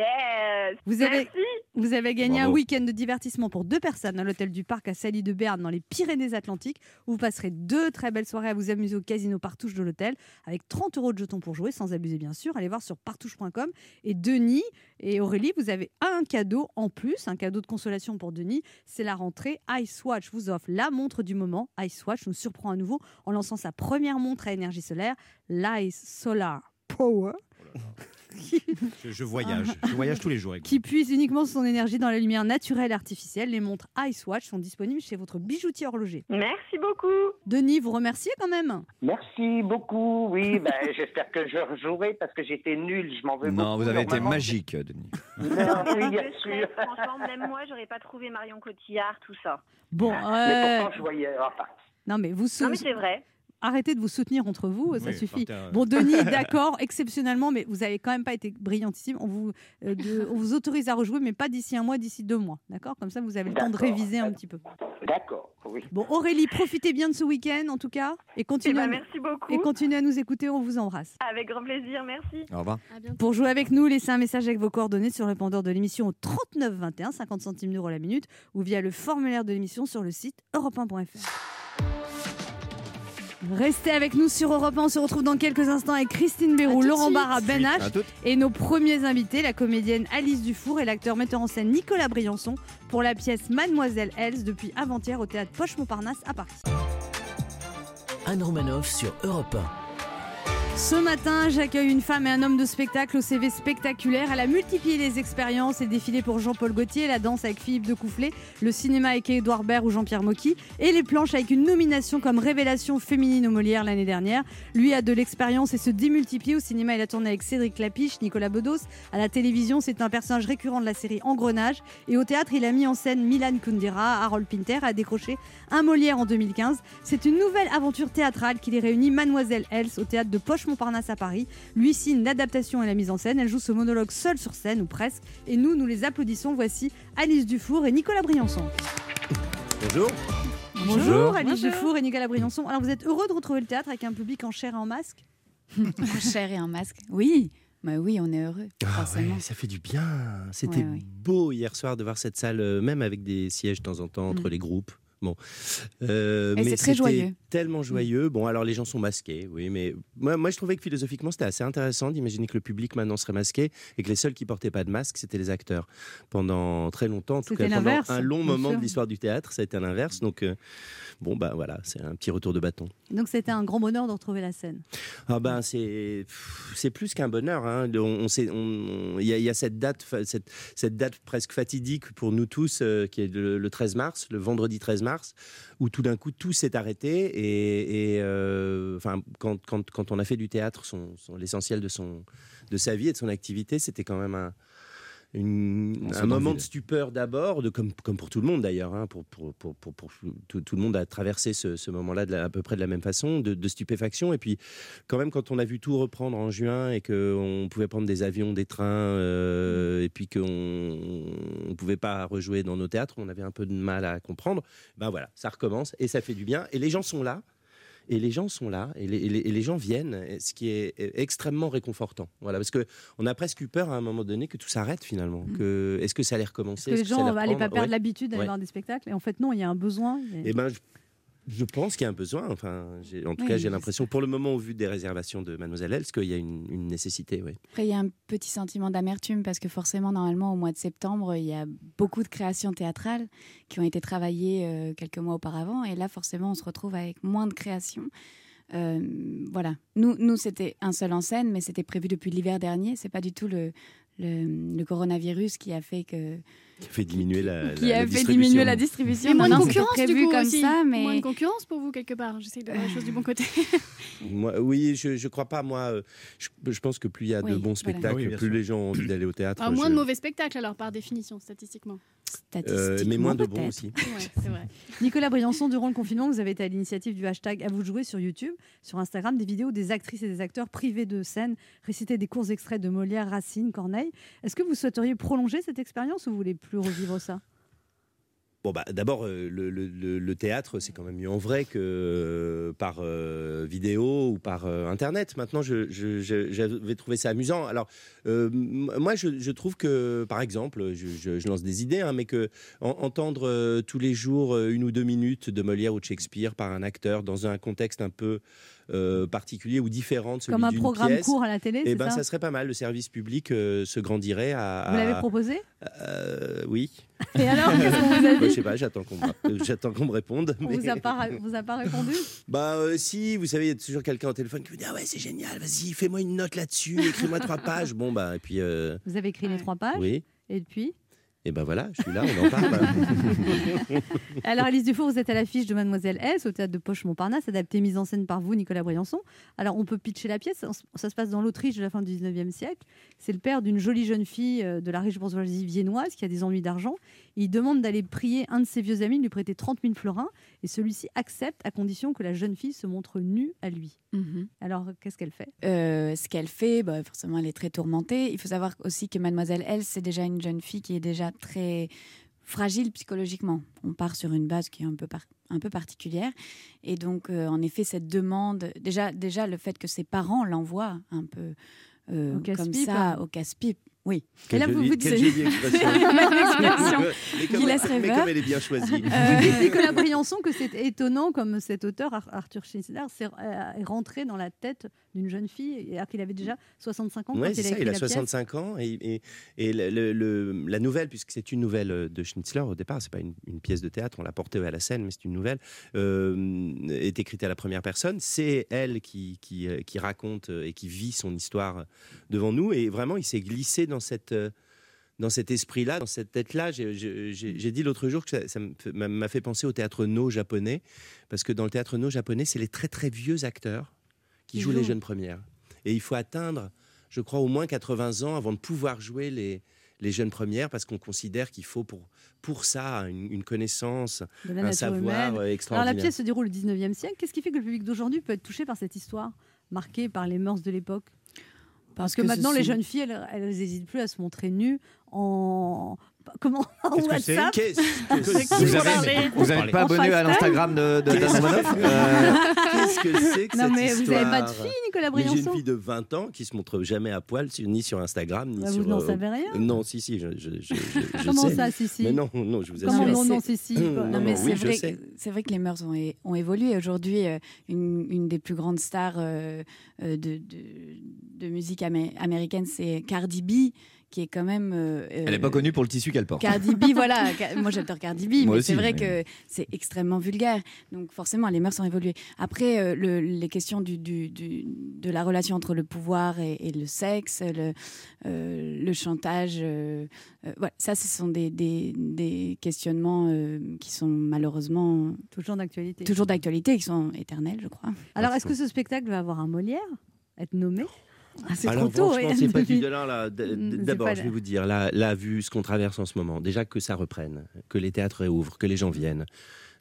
S1: Vous avez-
S8: Merci.
S1: Vous avez gagné un
S2: Bravo.
S1: week-end de divertissement pour deux personnes à l'hôtel du parc à Sally de Berne dans les Pyrénées-Atlantiques. où Vous passerez deux très belles soirées à vous amuser au casino Partouche de l'hôtel avec 30 euros de jetons pour jouer, sans abuser bien sûr. Allez voir sur partouche.com. Et Denis et Aurélie, vous avez un cadeau en plus, un cadeau de consolation pour Denis. C'est la rentrée Icewatch vous offre la montre du moment. Icewatch nous surprend à nouveau en lançant sa première montre à énergie solaire, l'Ice Solar Power.
S4: Je, je voyage. Je voyage tous les jours. avec vous.
S1: qui puise uniquement son énergie dans la lumière naturelle et artificielle. Les montres Icewatch sont disponibles chez votre bijoutier horloger.
S8: Merci beaucoup.
S1: Denis, vous remerciez quand même
S7: Merci beaucoup. Oui, ben, j'espère que je rejouerai parce que j'étais nul. Je m'en veux beaucoup.
S2: Non, vous avez été
S7: normalement.
S2: magique, Denis.
S7: Non, oui,
S8: Un peu
S7: bien
S8: stress,
S7: sûr.
S8: Franchement, même moi, j'aurais pas trouvé Marion Cotillard, tout ça.
S1: Bon,
S7: Mais
S1: euh,
S7: pourtant, je voyais. Enfin,
S1: non mais vous sou-
S8: Non, mais c'est vrai.
S1: arrêtez de vous soutenir entre vous, ça
S4: Oui,
S1: suffit.
S4: par terre.
S1: Bon, Denis, d'accord, exceptionnellement, mais vous n'avez quand même pas été brillantissime. On vous, euh, de- on vous autorise à rejouer, mais pas d'ici un mois, d'ici deux mois. D'accord Comme ça, vous avez le temps de
S7: D'accord.
S1: réviser un petit peu.
S7: d'accord. Oui.
S1: Bon, Aurélie, profitez bien de ce week-end, en tout cas, et
S8: Eh
S1: continuez,
S8: ben,
S1: à-
S8: merci
S1: et
S8: beaucoup.
S1: continuez à nous écouter. On vous embrasse.
S8: Avec grand plaisir, merci.
S2: Au revoir.
S3: À bientôt.
S1: Pour jouer avec nous, laissez un message avec vos coordonnées sur le pendeur de l'émission au 39 21, 50 centimes d'euros la minute, ou via le formulaire de l'émission sur le site europe 1.fr. Restez avec nous sur Europe 1. On se retrouve dans quelques instants avec Christine Béroux,
S3: tout de
S1: Laurent
S3: suite.
S1: Barra, Ben H
S4: À toutes.
S1: et nos premiers invités, la comédienne Alice Dufour et l'acteur metteur en scène Nicolas Briançon pour la pièce Mademoiselle Else depuis avant-hier au théâtre Poche Montparnasse à Paris.
S5: Anne Romanoff sur Europe
S1: Ce matin, j'accueille une femme et un homme de spectacle au CV spectaculaire. Elle a multiplié les expériences et défilé pour Jean-Paul Gaultier, la danse avec Philippe de Coufflet, le cinéma avec Édouard Baird ou Jean-Pierre Mocky, et les planches avec une nomination comme révélation féminine au Molière l'année dernière. Lui a de l'expérience et se démultiplie. Au cinéma, il a tourné avec Cédric Clapiche, Nicolas Bedos. À la télévision, c'est un personnage récurrent de la série Engrenage. Et au théâtre, il a mis en scène Milan Kundera, Harold Pinter, a décroché un Molière en 2015. C'est une nouvelle aventure théâtrale qui les réunit Mademoiselle Else au théâtre de Poche Montparnasse à Paris. Lui signe l'adaptation et la mise en scène. Elle joue ce monologue seule sur scène ou presque. Et nous, nous les applaudissons. Voici Alice Dufour et Nicolas Briançon.
S2: Bonjour.
S1: Bonjour, Alice
S3: Bonjour.
S1: Dufour et Nicolas Briançon. Alors vous êtes heureux de retrouver le théâtre avec un public en chair et en masque
S9: En chair et en masque. Oui, bah oui, on est heureux,
S4: Ah,
S9: forcément.
S10: Ah ça fait du bien. C'était
S9: Ouais, ouais.
S10: beau hier soir de voir cette salle, euh, même avec des sièges de temps en temps entre
S9: Mm.
S10: les groupes. Bon, Euh,
S9: Et
S10: mais
S9: c'est très
S10: c'était
S9: joyeux. Mm.
S10: Tellement joyeux. Bon, alors les gens sont masqués, oui, mais moi, moi je trouvais que philosophiquement c'était assez intéressant d'imaginer que le public maintenant serait masqué et que les seuls qui portaient pas de masque c'était les acteurs pendant très longtemps, en tout
S1: C'était
S10: cas pendant
S1: l'inverse,
S10: un long
S1: bien
S10: moment
S1: sûr.
S10: de l'histoire du théâtre, ça a été à l'inverse. Donc euh, bon, bah voilà, c'est un petit retour de bâton.
S1: Donc c'était un grand bonheur de retrouver la scène.
S10: Ah ben c'est pff, c'est plus qu'un bonheur. hein. On- On sait, on- il y, a- il y a cette date, fa- cette, cette date presque fatidique pour nous tous, euh, qui est le, le 13 mars, le vendredi 13 mars, où tout d'un coup tout s'est arrêté et, et, euh, enfin quand, quand, quand on a fait du théâtre, son, son- l'essentiel de son de sa vie et de son activité, c'était quand même un une-
S11: On se
S10: un moment
S11: donne
S10: de stupeur d'abord, de- comme, comme pour tout le monde d'ailleurs, hein, pour, pour, pour, pour, pour- tout, tout le monde a traversé ce, ce moment-là de la- à peu près de la même façon, de, de stupéfaction. Et puis, quand même, quand on a vu tout reprendre en juin et qu'on pouvait prendre des avions, des trains, euh, et puis qu'on ne pouvait pas rejouer dans nos théâtres, on avait un peu de mal à comprendre, ben voilà, ça recommence et ça fait du bien. Et les gens sont là. Et les gens sont là, et les, et les- et les gens viennent, et ce qui est euh, extrêmement réconfortant. Voilà, parce que on a presque eu peur à un moment donné que tout s'arrête finalement. Que est-ce que ça allait recommencer
S1: que les
S10: Est-ce ça
S1: gens
S10: allait
S1: n'allaient pas
S10: reprendre
S1: perdre
S10: Ouais.
S1: l'habitude d'aller
S10: Ouais.
S1: voir des spectacles. Et en fait, non, il y a un besoin. Il y a-
S10: Eh ben, je, je pense qu'il y a un besoin. Enfin, j'ai- en tout
S9: Oui,
S10: cas, j'ai
S9: j'espère.
S10: l'impression, pour le moment, au vu des réservations de Mademoiselle Else, qu'il y a une, une nécessité. Oui.
S9: Après, il y a un petit sentiment d'amertume parce que forcément, normalement, au mois de septembre, il y a beaucoup de créations théâtrales qui ont été travaillées euh, quelques mois auparavant. Et là, forcément, on se retrouve avec moins de créations. Euh, voilà. Nous, nous c'était un seul en scène, mais c'était prévu depuis l'hiver dernier. C'est pas du tout le, le, le coronavirus qui a fait que.
S10: Qui a fait diminuer la,
S9: Qui
S10: la-
S9: a
S10: la
S9: fait
S10: distribution.
S9: diminuer la distribution.
S3: Mais moins de
S9: Non, non, c'était
S3: concurrence
S9: prévu
S3: du coup
S9: comme
S3: aussi.
S9: ça, mais-
S3: Moins de concurrence pour vous quelque part. J'essaye de voir les choses du bon côté.
S10: Moi, oui, je ne crois pas. Moi, euh, je, je pense que plus il y a
S3: Oui,
S10: de bons
S3: voilà.
S10: spectacles,
S3: Ah Oui, bien
S10: plus
S3: sûr.
S10: les gens ont envie d'aller au théâtre.
S3: Alors, Ah, moins
S10: je-
S3: de mauvais spectacles alors par définition statistiquement.
S10: Euh, mais moins de bons aussi.
S3: Ouais, c'est vrai.
S1: Nicolas Briançon, durant le confinement, vous avez été à l'initiative du hashtag À vous de jouer sur YouTube, sur Instagram, des vidéos des actrices et des acteurs privés de scène réciter des courts extraits de Molière, Racine, Corneille. Est-ce que vous souhaiteriez prolonger cette expérience ou vous voulez plus revivre ça
S10: Bon, bah, d'abord, euh, le, le- le- le théâtre, c'est quand même mieux en vrai que euh, par euh, vidéo ou par euh, Internet. Maintenant, je, je- je- j'avais trouvé ça amusant. Alors, euh, m- moi, je, je trouve que, par exemple, je, je- je lance des idées, hein, mais que en- entendre euh, tous les jours euh, une ou deux minutes de Molière ou de Shakespeare par un acteur dans un contexte un peu euh, particulier ou différent de celui
S1: Comme un
S10: d'une
S1: programme
S10: pièce,
S1: court à la télé,
S10: eh
S1: c'est
S10: ben,
S1: ça
S10: ça, serait Ah. pas mal. Le service public euh, se grandirait à...
S1: Vous l'avez
S10: à-
S1: proposé
S10: euh, Oui.
S1: Et alors, qu'est-ce qu'on vous a
S10: Bah,
S1: dit
S10: Je sais pas, j'attends qu'on me, j'attends qu'on me réponde.
S1: On
S10: mais-
S1: vous a pas, ra- vous a pas répondu
S10: Bah euh, si, vous savez, il y a toujours quelqu'un au téléphone qui vous dit Ah ouais, c'est génial, vas-y, fais-moi une note là-dessus, écris-moi trois pages. Bon, bah, et puis. euh,
S1: Vous avez écrit les trois pages
S10: Oui.
S1: Et puis
S10: Et ben voilà, je suis là, on en parle.
S1: Alors, Alice Dufour, vous êtes à l'affiche de Mademoiselle S au théâtre de Poche Montparnasse, adaptée mise en scène par vous, Nicolas Briançon. Alors, on peut pitcher la pièce. Ça se- Ça se passe dans l'Autriche de la fin du 19e siècle. C'est le père d'une jolie jeune fille euh, de la riche bourgeoisie viennoise qui a des ennuis d'argent. Il demande d'aller prier un de ses vieux amis de lui prêter 30 000 florins. Et celui-ci accepte à condition que la jeune fille se montre nue à lui.
S9: Mhm.
S1: Alors, qu'est-ce qu'elle fait
S9: Euh, ce qu'elle fait, bah, forcément, elle est très tourmentée. Il faut savoir aussi que Mademoiselle Elle, c'est déjà une jeune fille qui est déjà très fragile psychologiquement. On part sur une base qui est un peu, par- un peu particulière. Et donc, euh, en effet, cette demande, déjà, déjà le fait que ses parents l'envoient un peu euh,
S1: Au
S9: comme
S1: casse-pipe,
S9: ça,
S1: hein.
S9: au casse-pipe, oui.
S10: Quelle Et là, vous jolie- vous quelle dites- jolie expression.
S9: Bonne expression.
S10: Mais
S9: Qui
S10: comme-
S9: laisse
S10: mais
S9: rêveur.
S10: comme elle est bien choisie.
S1: Vous dites, Nicolas Briançon, que c'est étonnant comme cet auteur, Ar- Arthur Schnitzler, s'est- euh, est rentré dans la tête d'une jeune fille, alors qu'il avait déjà 65 ans
S10: Ouais,
S1: quand
S10: c'est
S1: il a
S10: ça,
S1: écrit
S10: il a
S1: la pièce.
S10: 65 ans et, et- et le- le- le- la nouvelle, puisque c'est une nouvelle euh, de Schnitzler au départ, c'est pas une, une pièce de théâtre, on l'a portée à la scène, mais c'est une nouvelle, euh, est écrite à la première personne. C'est elle qui, qui, euh, qui raconte euh, et qui vit son histoire devant nous et vraiment il s'est glissé dans cette. euh, dans cet esprit-là, dans cette tête-là, j'ai- j'ai j'ai- j'ai dit l'autre jour que ça, ça me fait- m'a m'a fait penser au théâtre no japonais, parce que dans le théâtre no japonais, c'est les très très vieux acteurs qui
S11: Qui
S10: jouent les
S11: jouent.
S10: jeunes premières. Et il faut atteindre, je crois, au moins 80 ans avant de pouvoir jouer les, les jeunes premières, parce qu'on considère qu'il faut pour, pour ça une, une connaissance,
S1: de la
S10: un
S1: nature
S10: savoir
S1: humaine.
S10: euh, extraordinaire.
S1: Alors la pièce se déroule au 19e siècle. Qu'est-ce qui fait que le public d'aujourd'hui peut être touché par cette histoire, marquée par les mœurs de l'époque
S9: Parce
S1: Parce que,
S9: que ce
S1: maintenant, les
S9: sont-
S1: jeunes filles, elles- elles n'hésitent plus à se montrer nues en. Comment En
S10: Qu'est-ce que c'est
S1: WhatsApp
S10: Qu'est-ce que
S1: C'est
S10: c'est
S1: qui
S2: Vous
S1: parlez
S2: avez, vous avez pas
S1: En
S2: abonné à
S1: FaceTime
S2: l'Instagram de, de Dan
S10: Qu'est-ce que-
S2: Romanoff Euh,
S10: Qu'est-ce que c'est que
S1: Non,
S10: cette
S1: mais vous
S10: histoire
S1: avez pas de fille, Nicolas
S10: Mais J'ai
S1: Briançon
S10: une fille de 20 ans qui se montre jamais à poil, sur- ni sur Instagram, ni
S1: Bah, vous
S10: sur. euh,
S1: n'en savez rien.
S10: Non, si, si, je, je, je- je- je
S1: Comment
S10: sais.
S1: ça, si, si
S10: Mais non, non, je vous assure.
S1: Comment non, non,
S9: c'est-
S1: si, si,
S10: Non,
S1: bah,
S9: Non, mais
S10: non, oui,
S9: c'est
S10: je
S9: vrai,
S10: sais.
S9: que- c'est vrai que les mœurs ont, é- ont évolué. Aujourd'hui, euh, une, une des plus grandes stars euh, euh, de, de- de musique amé- américaine, c'est Cardi B, qui est quand même. euh,
S2: Elle n'est
S9: euh,
S2: pas connue pour le tissu qu'elle porte.
S9: Cardi B, voilà. Ca- Moi, j'adore Cardi B,
S2: Moi
S9: mais c'est
S2: aussi,
S9: vrai
S2: mais-
S9: que c'est extrêmement vulgaire. Donc, forcément, les mœurs ont évolué. Après, euh, le- les questions du, du- du- de la relation entre le pouvoir et, et le sexe, le, euh, le chantage, euh, euh, voilà, ça, ce sont des, des- des questionnements euh, qui sont malheureusement
S1: Toujours d'actualité.
S9: toujours
S10: Ah,
S9: d'actualité, qui sont éternels, je crois.
S1: Alors, est-ce que ce spectacle va avoir un Molière Être nommé Ah, c'est
S10: Alors,
S1: trop tôt.
S10: franchement,
S1: ouais.
S10: c'est pas du dollar, là. D-
S1: Mm,
S10: d-
S1: c'est
S10: D'abord,
S1: pas
S10: je
S1: là.
S10: vais vous dire, là, là, vu ce qu'on traverse en ce moment, déjà que ça reprenne, que les théâtres réouvrent, que les gens viennent.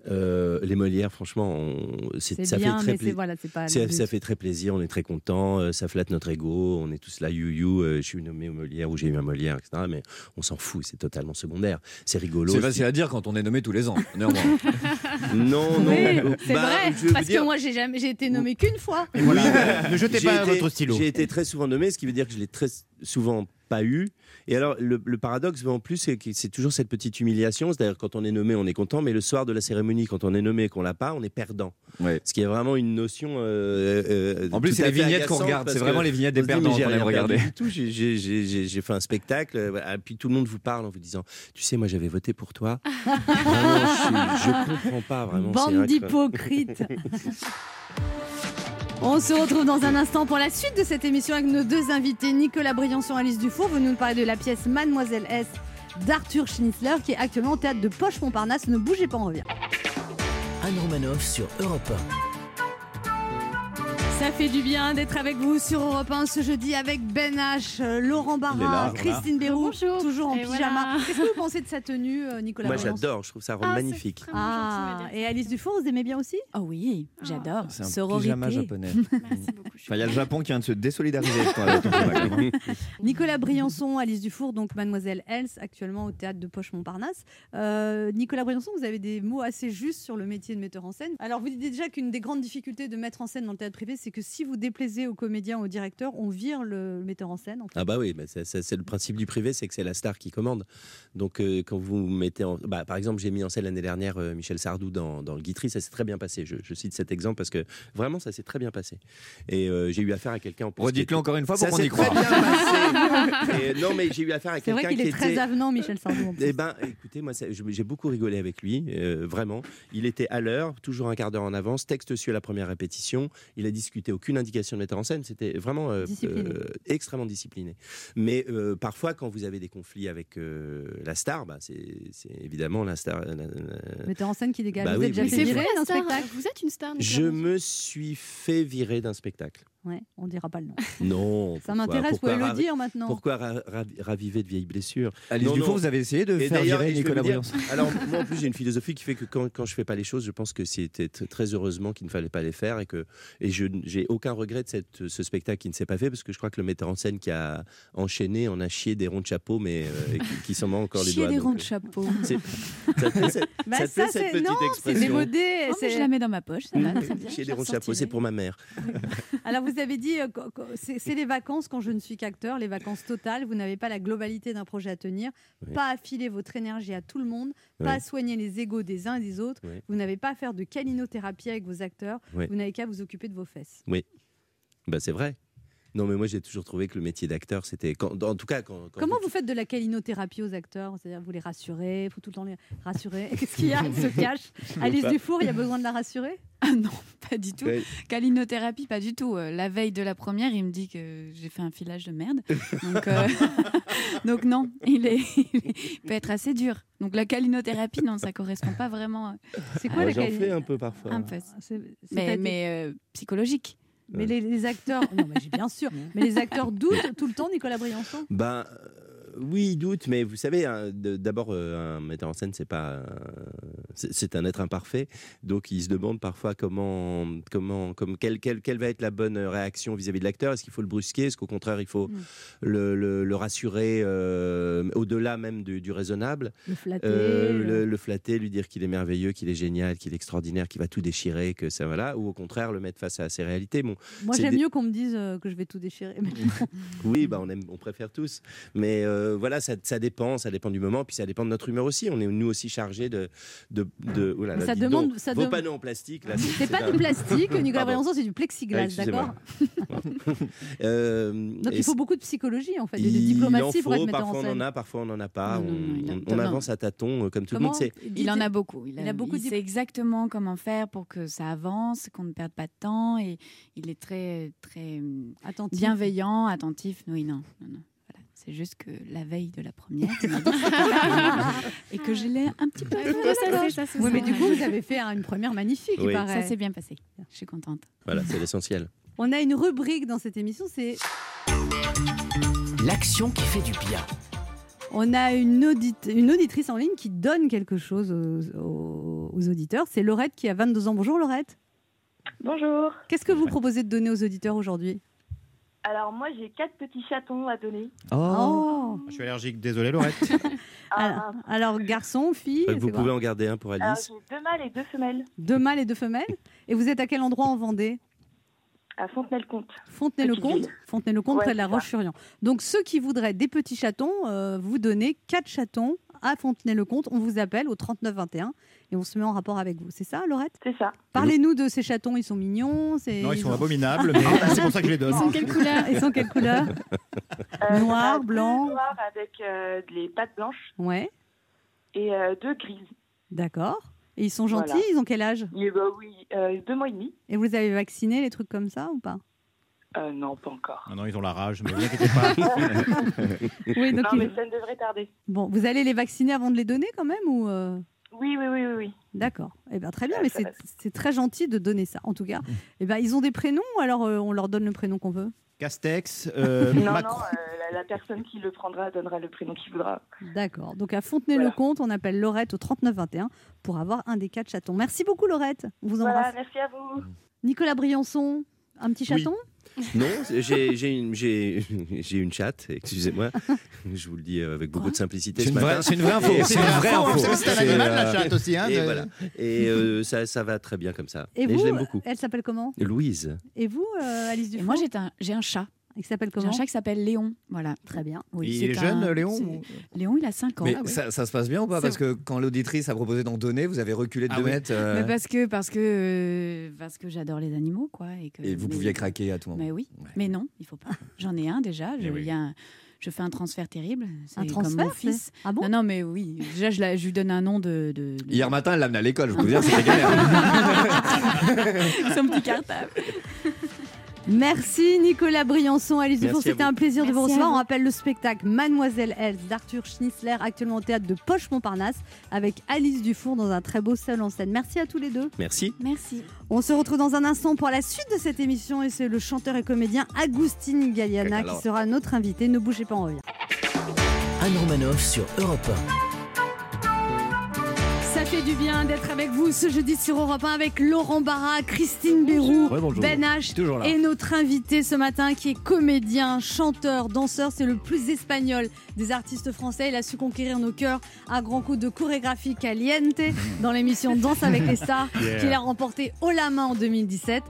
S10: Euh, les Molières, franchement, on- c'est-
S1: C'est
S10: ça
S1: bien,
S10: fait très
S1: mais c'est-
S10: plaisir.
S1: voilà, c'est pas le but.
S10: ça fait très plaisir, on est très content, euh, ça flatte notre ego, on est tous là, you you, euh, je suis nommé au Molière ou j'ai eu un Molière, etc. Mais on s'en fout, c'est totalement secondaire, c'est rigolo.
S11: C'est facile à dire quand on est nommé tous les ans, néanmoins.
S10: non, non.
S1: Oui,
S10: euh,
S1: C'est
S10: bah,
S1: vrai,
S10: je veux
S1: parce
S10: dire-
S1: que moi, j'ai jamais- j'ai été nommé qu'une fois.
S10: Oui.
S4: ne jetez
S10: J'ai
S4: pas
S10: été-
S4: votre stylo.
S10: J'ai été très souvent nommé, ce qui veut dire que je l'ai très souvent pas eu. Et alors, le, le paradoxe, en plus, c'est que c'est toujours cette petite humiliation. C'est-à-dire, quand on est nommé, on est content, mais le soir de la cérémonie, quand on est nommé et qu'on l'a pas, on est perdant. Ce qui est vraiment une notion. euh, euh,
S11: En plus,
S10: tout
S11: c'est
S10: à
S11: les
S10: fait
S11: vignettes qu'on
S10: agaçante,
S11: regarde.
S10: parce
S11: C'est vraiment
S10: que
S11: les vignettes des
S10: on se dit,
S11: perdants
S10: mais j'ai
S11: qu'on aime
S10: rien perdu
S11: regarder.
S10: du tout. J'ai- j'ai- J'ai j'ai- j'ai fait un spectacle, euh, voilà. puis tout le monde vous parle en vous disant Tu sais, moi, j'avais voté pour toi. Vraiment, je, suis- je comprends pas vraiment. c'est
S1: Bande
S10: incroyable.
S1: d'hypocrites. On se retrouve dans un instant pour la suite de cette émission avec nos deux invités, Nicolas Briançon et Alice Dufour. Venez nous parler de la pièce Mademoiselle S d'Arthur Schnitzler qui est actuellement au théâtre de Poche-Montparnasse. Ne bougez pas, on revient.
S5: Anne Romanoff sur Europe
S1: Ça fait du bien d'être avec vous sur Europe 1 ce jeudi avec Ben H, euh, Laurent
S10: Il est là,
S1: Barra, Christine Béroux, toujours en
S3: Et
S1: pyjama.
S3: voilà.
S1: Qu'est-ce que vous pensez de sa tenue, euh, Nicolas
S10: Moi,
S1: Briançon
S10: j'adore, je trouve ça rend magnifique.
S1: Ah, et Alice Dufour, vous aimez bien aussi
S9: Oh oui,
S10: Ah,
S9: j'adore.
S2: C'est un Sororité. pyjama japonais. Enfin, il y a le Japon qui vient de se désolidariser avec toi. là, ton combat, quand même.
S1: Nicolas Briançon, Alice Dufour, donc Mademoiselle Else, actuellement au théâtre de Poche-Montparnasse. Euh, Nicolas Briançon, vous avez des mots assez justes sur le métier de metteur en scène. Alors, vous dites déjà qu'une des grandes difficultés de mettre en scène dans le théâtre privé, c'est que si vous déplaisez aux comédiens, aux directeurs, on vire le metteur en scène. en fait.
S10: Ah bah oui, bah ça- ça- c'est le principe du privé, c'est que c'est la star qui commande. Donc euh, quand vous mettez en... bah, par exemple, j'ai mis en scène l'année dernière euh, Michel Sardou dans, dans le Guitry, ça s'est très bien passé. Je, je cite cet exemple parce que vraiment ça s'est très bien passé. Et euh, j'ai eu affaire à quelqu'un en plus.
S11: Redites-le
S10: qui était-
S11: encore une fois pour
S10: Ça
S11: qu'on
S10: s'est
S11: y
S10: très
S11: croie.
S10: bien passé. Et non mais j'ai eu affaire à
S1: C'est vrai
S10: Ah, quelqu'un
S1: qu'il
S10: qui
S1: est
S10: était
S1: très avenant, Michel Sardou. en plus.
S10: eh ben, écoutez, moi, ça- je- j'ai beaucoup rigolé avec lui, euh, vraiment. Il était à l'heure, toujours un quart d'heure en avance, texte su à la première répétition. Il a discuté aucune indication de metteur en scène. C'était vraiment euh,
S1: Discipliné.
S10: euh, extrêmement discipliné. Mais euh, parfois, quand vous avez des conflits avec euh, la star, bah, c'est c'est évidemment la star. la- la- la-
S1: Metteur en scène qui dégage.
S10: Bah
S1: vous
S10: oui,
S1: êtes déjà
S10: oui.
S1: fait
S10: C'est
S1: virer
S3: vous, la
S1: d'un
S3: star.
S1: spectacle
S3: Vous êtes une star,
S10: Je me suis fait virer d'un spectacle.
S1: Ouais, on dira pas le nom.
S10: Non.
S1: Ça
S10: pourquoi-
S1: m'intéresse, vous
S10: pourquoi
S1: pouvez le
S10: ravi-
S1: dire maintenant.
S10: Pourquoi ra- ravi- raviver de vieilles blessures
S11: Alice
S10: Non,
S11: Dufour,
S10: non.
S11: vous avez essayé de
S10: Et
S11: faire
S10: d'ailleurs,
S11: virer
S10: et je vais
S11: Nicolas
S10: vous dire-
S11: Briançon.
S10: Alors, moi, en plus, j'ai une philosophie qui fait que quand, quand je fais pas les choses, je pense que c'était t- très heureusement qu'il ne fallait pas les faire et que et je n- j'ai aucun regret de cette, ce spectacle qui ne s'est pas fait parce que je crois que le metteur en scène qui a enchaîné en a chié des ronds de chapeau, mais euh, qui, qui s'en met encore les
S9: Chier
S10: doigts.
S9: des
S10: donc,
S9: ronds de chapeau.
S10: euh, c'est- ça te plaît cette,
S1: Bah,
S10: ça te plaît cette
S1: ça, c'est-
S10: petite
S1: non, c'est Bah,
S10: expression
S1: démodé,
S9: Oh, mais
S1: c'est-
S9: je la mets dans ma poche, ça va, ça me
S10: Chier des ronds de chapeau, c'est pour ma mère.
S1: Alors, vous avez dit, euh, co- co- c'est c'est les vacances quand je ne suis qu'acteur, les vacances totales. Vous n'avez pas la globalité d'un projet à tenir,
S10: Oui.
S1: pas à filer votre énergie à tout le monde,
S10: Oui.
S1: pas à soigner les égaux des uns et des autres.
S10: Oui.
S1: Vous n'avez pas à faire de calinothérapie avec vos acteurs.
S10: Oui.
S1: Vous n'avez qu'à vous occuper de vos fesses.
S10: Oui, bah, c'est vrai. Non, mais moi, j'ai toujours trouvé que le métier d'acteur, c'était. quand- En tout cas, quand. quand
S1: Comment vous faites de la calinothérapie aux acteurs C'est-à-dire, vous les rassurez, il faut tout le temps les rassurer. Qu'est-ce qu'il y a Ils se cachent. Alice
S10: Bah.
S1: Dufour, il y a besoin de la rassurer
S9: Ah Pas du tout.
S10: Ouais.
S9: Calinothérapie, pas du tout. Euh, La veille de la première, il me dit que j'ai fait un filage de merde. Donc, euh, donc non, il, est, il peut être assez dur. Donc la calinothérapie, non, ça correspond pas vraiment. euh,
S1: C'est quoi
S10: Moi,
S1: la Ah,
S10: J'en fais
S1: calinothérapie
S10: un peu parfois.
S9: Un peu. Mais,
S1: c'est-à-dire-
S9: mais euh, psychologique.
S1: Mais les, les acteurs, non, mais j'ai- bien sûr, mais les acteurs doutent tout le temps, Nicolas Briançon.
S10: Ben euh, oui, il doute, mais vous savez, hein, de- d'abord, euh, un metteur en scène, c'est pas, euh, c'est c'est un être imparfait, donc il se demande parfois comment, comment, comme quelle, quelle, quelle va être la bonne réaction vis-à-vis de l'acteur. Est-ce qu'il faut le brusquer Est-ce qu'au contraire, il faut
S9: Mm.
S10: le, le- le rassurer euh, au-delà même du, du raisonnable
S1: Le flatter.
S10: Euh,
S1: le-
S10: le, le flatter, lui dire qu'il est merveilleux, qu'il est génial, qu'il est extraordinaire, qu'il va tout déchirer, que ça voilà, ou au contraire le mettre face à ses réalités. Bon,
S1: Moi,
S10: c'est
S1: j'aime
S10: des-
S1: mieux qu'on me dise euh, que je vais tout déchirer. mais bon.
S10: Oui, bah on, aime, on préfère tous. Mais euh, voilà, ça, ça dépend, ça dépend du moment, puis ça dépend de notre humeur aussi. On est nous aussi chargés de. de, de oh là
S1: Mais
S10: là,
S1: ça
S10: dis
S1: demande-
S10: donc,
S1: ça
S10: vos
S1: de-
S10: panneaux en plastique, là.
S1: c'est pas du plastique, Nicolas
S10: Pardon.
S1: Briançon, c'est du plexiglas,
S10: Ah, excusez-moi.
S1: d'accord
S10: Euh,
S1: Donc,
S10: et
S1: il faut beaucoup de psychologie, en fait, et de
S10: il en
S1: diplomatie
S10: faut,
S1: pour être metteur
S10: parfois
S1: en
S10: on en
S1: scène.
S10: a, parfois on n'en a pas.
S9: Non, non, non, il
S10: on
S9: a-
S10: on
S9: Thomas.
S10: avance à tâtons, euh, comme tout
S1: Comment
S10: le monde. C'est
S9: Il en a beaucoup. Il,
S1: il a beaucoup
S9: il
S1: dit-
S9: sait exactement comment faire pour que ça avance, qu'on ne perde pas de temps. Et il est très, très euh,
S1: Attentif.
S9: bienveillant, attentif. Oui, non, non, non. Voilà. C'est juste que la veille de la première, il m'a dit, et que je l'ai un petit peu.
S1: Ah,
S3: Ça, c'est- ça, c'est
S1: Oui, mais
S3: ça.
S1: du coup, vous avez fait hein, une première magnifique, il
S10: Oui.
S1: paraît.
S9: Ça s'est bien passé. Je suis contente.
S10: Voilà, c'est l'essentiel.
S1: On a une rubrique dans cette émission, c'est
S5: L'action qui fait du bien.
S10: Euh,
S1: on a une, audite- une auditrice en ligne qui donne quelque chose aux, aux- aux auditeurs. C'est Laurette qui a 22 ans. Bonjour Laurette.
S8: Bonjour.
S1: Qu'est-ce que vous proposez de donner aux auditeurs aujourd'hui
S8: Alors moi j'ai quatre petits chatons à donner.
S1: Oh.
S4: Je suis allergique, désolé Laurette.
S1: Alors, alors, garçon, fille,
S10: Vous
S1: c'est
S10: pouvez
S1: quoi
S10: en garder un pour
S8: Alors,
S10: Alice.
S8: Euh, j'ai deux mâles et deux femelles
S1: deux mâles et deux femelles. Et vous êtes à quel endroit en Vendée
S8: à Fontenay-le-Comte.
S1: Fontenay-le-Comte, Fontenay-le-Comte
S8: Ouais,
S1: près de la
S8: c'est ça.
S1: Roche-sur-Yon. Donc ceux qui voudraient des petits chatons, euh, vous donnez quatre chatons à Fontenay-le-Comte. On vous appelle au 3921 et on se met en rapport avec vous. C'est ça, Laurette
S8: C'est ça.
S1: Parlez-nous de ces chatons. Ils sont mignons. c'est- Ah, bah,
S4: Non, ils sont abominables, mais c'est pour ça que je les donne.
S1: Ils sont quelle couleur Ils sont quelle couleur
S8: Euh,
S1: Noir,
S8: deux
S1: blanc.
S8: noirs avec euh, les pattes blanches
S1: Ouais,
S8: et euh, deux grises.
S1: d'accord. Et ils sont
S8: Voilà.
S1: gentils. Ils ont quel âge
S8: Et bah oui, euh, deux mois et demi.
S1: Et vous les avez vaccinés, les trucs comme ça ou pas
S8: Euh, non, pas encore.
S4: Non, non, ils ont la rage, mais vous inquiétez pas.
S1: Oui, donc
S8: non,
S1: ils-
S8: mais ça ne devrait tarder.
S1: Bon, vous allez les vacciner avant de les donner quand même ou euh,
S8: Oui, oui, oui, oui. oui.
S1: D'accord. Eh bien, très bien,
S8: Ouais,
S1: mais
S8: ça
S1: c'est
S8: va.
S1: c'est très gentil de donner ça, en tout cas.
S10: Mmh.
S1: Eh ben, ils ont des prénoms ou alors euh, on leur donne le prénom qu'on veut
S4: Castex, euh,
S8: non,
S4: Macron.
S8: non, euh, la, la personne qui le prendra donnera le prénom qu'il voudra.
S1: D'accord. Donc à Fontenay-le-Comte, on appelle Laurette au 3921 pour avoir un des quatre chatons. Merci beaucoup, Laurette. On vous embrasse.
S8: Voilà, merci à vous.
S1: Nicolas Briançon, un petit
S10: Oui.
S1: chaton
S10: Non, j'ai j'ai une, j'ai- j'ai une chatte, excusez-moi. Je vous le dis euh, avec beaucoup de simplicité.
S4: C'est
S10: ce
S4: une vraie-
S10: matin.
S4: c'est une vraie info,
S10: Et-
S4: c'est une vraie info.
S10: C'est,
S4: C'est un animal, la
S10: euh,
S4: chatte aussi, hein,
S10: et
S4: de-
S10: voilà. Et euh, ça, ça va très bien comme ça.
S1: Et vous, euh,
S10: je l'aime beaucoup.
S1: elle s'appelle comment
S10: Louise.
S1: Et vous, euh, Alice
S9: Et
S1: Dufour
S9: moi, j'ai un, j'ai un chat.
S1: Il s'appelle
S9: J'ai
S1: comment
S9: un chat qui s'appelle Léon. Voilà.
S1: Très bien.
S9: Oui,
S4: Il
S9: c'est
S4: est jeune,
S9: un-
S4: Léon,
S9: c'est-
S4: ou-
S9: Léon, il a 5 ans.
S11: Mais
S9: Ah ouais.
S11: ça, ça se passe bien ou pas
S9: C'est
S11: Parce que quand l'auditrice a proposé d'en donner, vous avez reculé de
S4: Ah
S11: deux
S4: ouais.
S11: mètres. euh,
S9: Mais parce que, parce que, euh, parce que j'adore les animaux, quoi. Et, que,
S11: Et vous
S9: mais-
S11: pouviez craquer à tout moment.
S9: Mais oui, mais non, il faut pas. J'en ai un déjà. Je, il y a un- je fais un transfert terrible. C'est
S1: Un
S9: comme
S1: transfert,
S9: mon fils.
S1: Ah bon
S9: non, non, mais oui. Déjà, je, la- je lui donne un nom de, de- de-
S11: Hier matin, elle l'a amené à l'école, je peux vous dire, c'était galère.
S9: son petit cartable.
S1: Merci Nicolas Briançon, Alice
S10: Merci
S1: Dufour,
S10: à
S1: c'était
S10: vous.
S1: un plaisir de vous
S9: Merci à
S1: recevoir. On
S9: vous.
S1: rappelle le spectacle Mademoiselle Else d'Arthur Schnitzler, actuellement au théâtre de Poche-Montparnasse, avec Alice Dufour dans un très beau seul en scène. Merci à tous les deux.
S10: Merci.
S9: Merci.
S1: On se retrouve dans un instant pour la suite de cette émission et c'est le chanteur et comédien Agustin Galliana
S11: Alors.
S1: qui sera notre invité. Ne bougez pas en revient.
S5: Anne Romanoff sur Europe
S1: Ça fait du bien d'être avec vous ce jeudi sur Europe 1 avec Laurent Barra, Christine Béroux,
S4: Ouais, bonjour.
S1: Ben H
S4: Toujours là.
S1: et notre invité ce matin qui est comédien, chanteur, danseur, c'est le plus espagnol des artistes français. Il a su conquérir nos cœurs à grand coup de chorégraphie caliente dans l'émission Danse avec les stars
S4: Yeah.
S1: qu'il a remporté haut la main en 2017.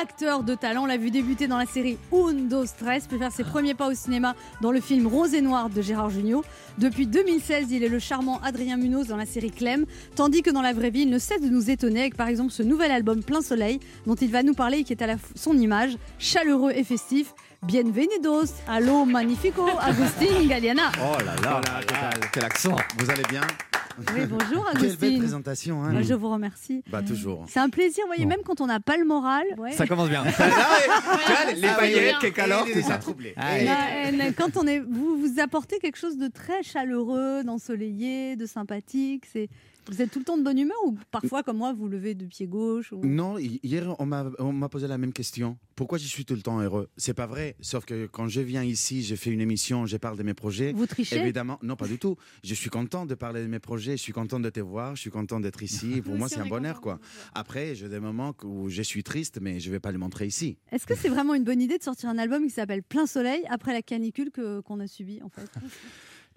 S1: Acteur de talent, on l'a vu débuter dans la série Undo Stress, puis faire ses premiers pas au cinéma dans le film Rose et Noir de Gérard Jugnot. Depuis 2016, il est le charmant Adrien Munoz dans la série Clem, tandis que dans la vraie vie, il ne cesse de nous étonner avec par exemple ce nouvel album Plein Soleil dont il va nous parler et qui est à la f- son image, chaleureux et festif. Bienvenidos, allo magnifico, Agustin Galliana.
S11: Oh là là, quel accent
S12: Vous allez bien
S1: Oui, bonjour
S12: Quelle belle
S1: Agustin.
S12: présentation. Hein
S1: Bah, je vous remercie.
S12: Bah, toujours.
S1: C'est un plaisir, voyez, même quand on n'a pas le moral.
S11: Ça commence bien. Tu
S4: Ah,
S11: vois, les- les paillettes, les calors,
S4: eh,
S12: Elle est
S11: tout ça.
S12: déjà troublée.
S11: Ah,
S12: Et-
S1: Non, euh, quand on est, vous vous apportez quelque chose de très chaleureux, d'ensoleillé, de sympathique. C'est, vous êtes tout le temps de bonne humeur ou parfois, comme moi, vous levez de pied gauche. ou-
S12: Non, hi- hier, on m'a on m'a posé la même question. Pourquoi je suis tout le temps heureux C'est pas vrai. Sauf que quand je viens ici, je fais une émission, je parle de mes projets.
S1: Vous trichez
S12: Évidemment, non, pas du tout. Je suis content de parler de mes projets, je suis content de te voir, je suis content d'être ici. Pour
S3: Nous
S12: moi,
S3: aussi,
S12: c'est
S3: on
S12: un
S3: est
S12: bonheur,
S3: contents.
S12: quoi. Après, j'ai des moments où je suis triste, mais je vais pas le montrer ici.
S1: Est-ce que c'est vraiment une bonne idée de sortir un album qui s'appelle Plein Soleil après la canicule que, qu'on a subie en fait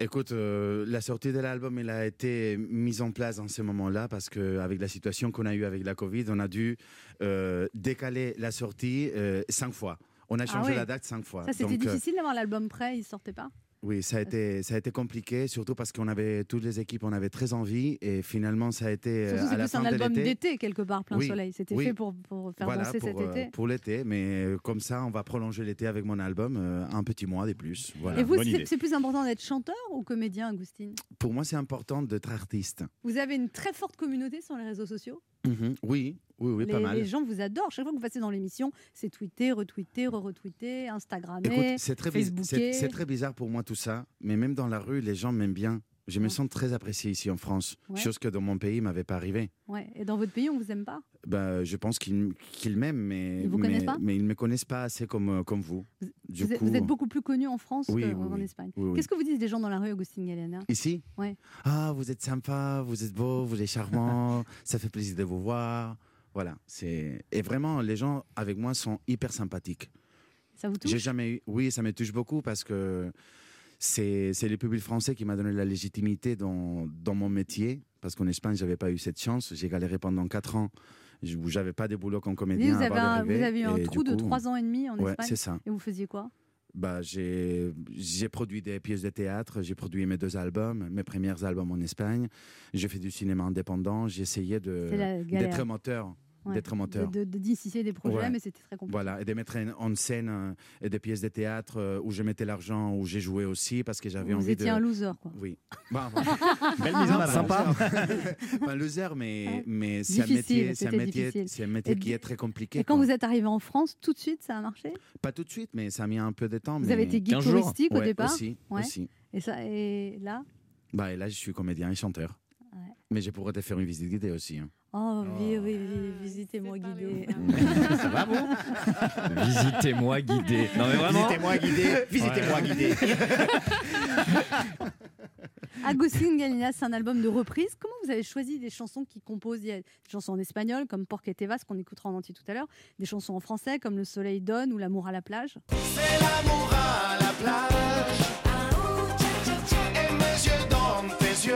S12: Écoute, euh, la sortie de l'album, elle a été mise en place en ce moment-là parce que avec la situation qu'on a eue avec la Covid, on a dû euh, décaler la sortie euh, cinq fois. On a
S1: Ah
S12: changé
S1: ouais.
S12: la date cinq fois.
S1: Ça, c'était
S12: Donc, euh,
S1: difficile d'avoir l'album prêt, il sortait pas.
S12: oui, ça a été ça a été compliqué, surtout parce qu'on avait toutes les équipes, on avait très envie et finalement ça a été euh,
S1: Surtout,
S12: à
S1: c'est
S12: la
S1: plus
S12: fin
S1: un
S12: de
S1: album
S12: l'été.
S1: d'été quelque part, Plein
S12: Oui,
S1: Soleil. C'était
S12: oui.
S1: fait pour, pour faire
S12: Voilà
S1: danser
S12: pour,
S1: cet
S12: euh,
S1: été.
S12: pour l'été, mais euh, comme ça on va prolonger l'été avec mon album euh, un petit mois de plus. Voilà.
S1: Et vous,
S4: bonne
S1: c'est,
S4: idée.
S1: c'est plus important d'être chanteur ou comédien, Agustine
S12: Pour moi, c'est important d'être artiste.
S1: Vous avez une très forte communauté sur les réseaux sociaux.
S12: Mhm. Oui, oui, oui,
S1: les,
S12: pas mal.
S1: les gens vous adorent. Chaque fois que vous passez dans l'émission, c'est tweeter, retweeter, re-retweeter, Instagrammer.
S12: Écoute, c'est très, biz-
S1: Facebooké.
S12: c'est- c'est très bizarre pour moi tout ça, mais même dans la rue, les gens m'aiment bien. Je me sens très apprécié ici en France,
S1: Ouais.
S12: chose que dans mon pays m'avait pas arrivé.
S1: Ouais. Et dans votre pays, on vous aime pas
S12: Bah, je pense qu'ils m- qu'ils m'aiment, mais
S1: Ils vous
S12: mais,
S1: connaissent pas
S12: mais ils me connaissent pas assez comme euh, comme vous. Du
S1: vous, êtes-
S12: coup,
S1: vous êtes beaucoup plus connu en France
S12: Oui, oui,
S1: qu'en
S12: oui.
S1: Espagne.
S12: Oui, oui.
S1: Qu'est-ce que vous disent des gens dans la rue, Augustine Galena
S12: euh, ici,
S1: Ouais.
S12: ah, vous êtes sympa, vous êtes beau, vous êtes charmant, ça fait plaisir de vous voir. Voilà, c'est et vraiment les gens avec moi sont hyper sympathiques.
S1: Ça vous touche
S12: J'ai jamais eu. Oui, ça me touche beaucoup parce que c'est c'est le public français qui m'a donné la légitimité dans, dans mon métier. Parce qu'en Espagne, j'avais pas eu cette chance. J'ai galéré pendant 4 ans. Je n'avais pas de boulot comme comédien.
S1: vous, avez
S12: avant
S1: un,
S12: d'arriver.
S1: vous avez eu un
S12: Et
S1: trou
S12: du
S1: de
S12: coup,
S1: 3 ans et demi en
S12: ouais,
S1: Espagne.
S12: c'est ça.
S1: Et vous faisiez quoi
S12: Bah, j'ai j'ai produit des pièces de théâtre, j'ai produit mes deux albums, mes premiers albums en Espagne. J'ai fait du cinéma indépendant. J'ai essayé de-
S1: C'est la galère.
S12: d'être moteur.
S1: Ouais.
S12: D'être moteur.
S1: De, de- de dissocier des projets,
S12: Ouais.
S1: mais c'était très compliqué.
S12: Voilà, et de mettre en- en scène euh, et des pièces de théâtre euh, où je mettais l'argent, où j'ai joué aussi parce que j'avais
S1: Vous
S12: envie
S1: étiez
S12: de.
S1: un loser, quoi.
S12: Oui. Bah, bah.
S4: Belle mise en avant.
S12: Sympa. Pas un loser, mais, mais c'est un
S1: Difficile,
S12: métier, c'est un
S1: c'était
S12: métier,
S1: difficile.
S12: c'est un métier
S1: Et
S12: qui est très compliqué.
S1: Et quand
S12: quoi.
S1: vous êtes arrivé en France, tout de suite, ça a marché
S12: Pas tout de suite, mais ça a mis un peu de temps.
S1: Vous
S12: mais-
S1: avez été guide touristique au
S12: Ouais,
S1: départ
S12: Aussi,
S1: Ouais.
S12: aussi.
S1: Et, ça, et là
S12: Bah, et là, je suis comédien et chanteur.
S1: Ouais.
S12: Mais je pourrais te faire une visite guidée aussi. hein.
S1: Oh, oui, oui, oui, visitez-moi guidé.
S12: Ça va, bon
S13: Visitez-moi guidé. Non mais vraiment.
S4: Visitez-moi guidé. Visitez-moi guidé.
S1: Agustin Galina, c'est un album de reprise. Comment vous avez choisi des chansons qui composent Il y a des chansons en espagnol comme Porc et Tevas qu'on écoutera en entier tout à l'heure, des chansons en français comme Le soleil donne ou L'amour à la plage.
S11: L'amour à la plage. Et mes yeux dans tes yeux.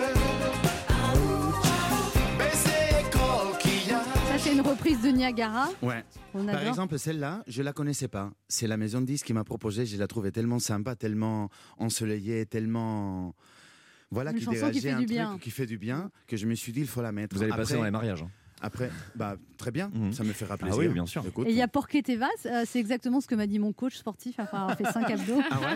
S11: Baiser coquillard.
S1: Ça c'est une reprise de Niagara.
S12: Ouais.
S1: On
S12: Par
S1: adore.
S12: exemple, celle-là, je la connaissais pas. C'est la maison de disques qui m'a proposé. Je la trouvais tellement sympa, tellement ensoleillée, tellement. Voilà,
S1: Une
S12: qui
S1: chanson qui
S12: dégageait
S1: fait
S12: un
S1: du
S12: truc
S1: bien.
S12: qui fait du bien, que je me suis dit, il faut la mettre.
S13: Vous allez passer
S12: Après-
S13: dans les mariages. hein.
S12: Après, bah, très bien, ça me fera
S13: Ah oui,
S12: plaisir.
S13: bien sûr.
S12: Écoute.
S1: Et il y a Porc et Tevas, euh, c'est exactement ce que m'a dit mon coach sportif après avoir fait 5 abdos.
S12: Ah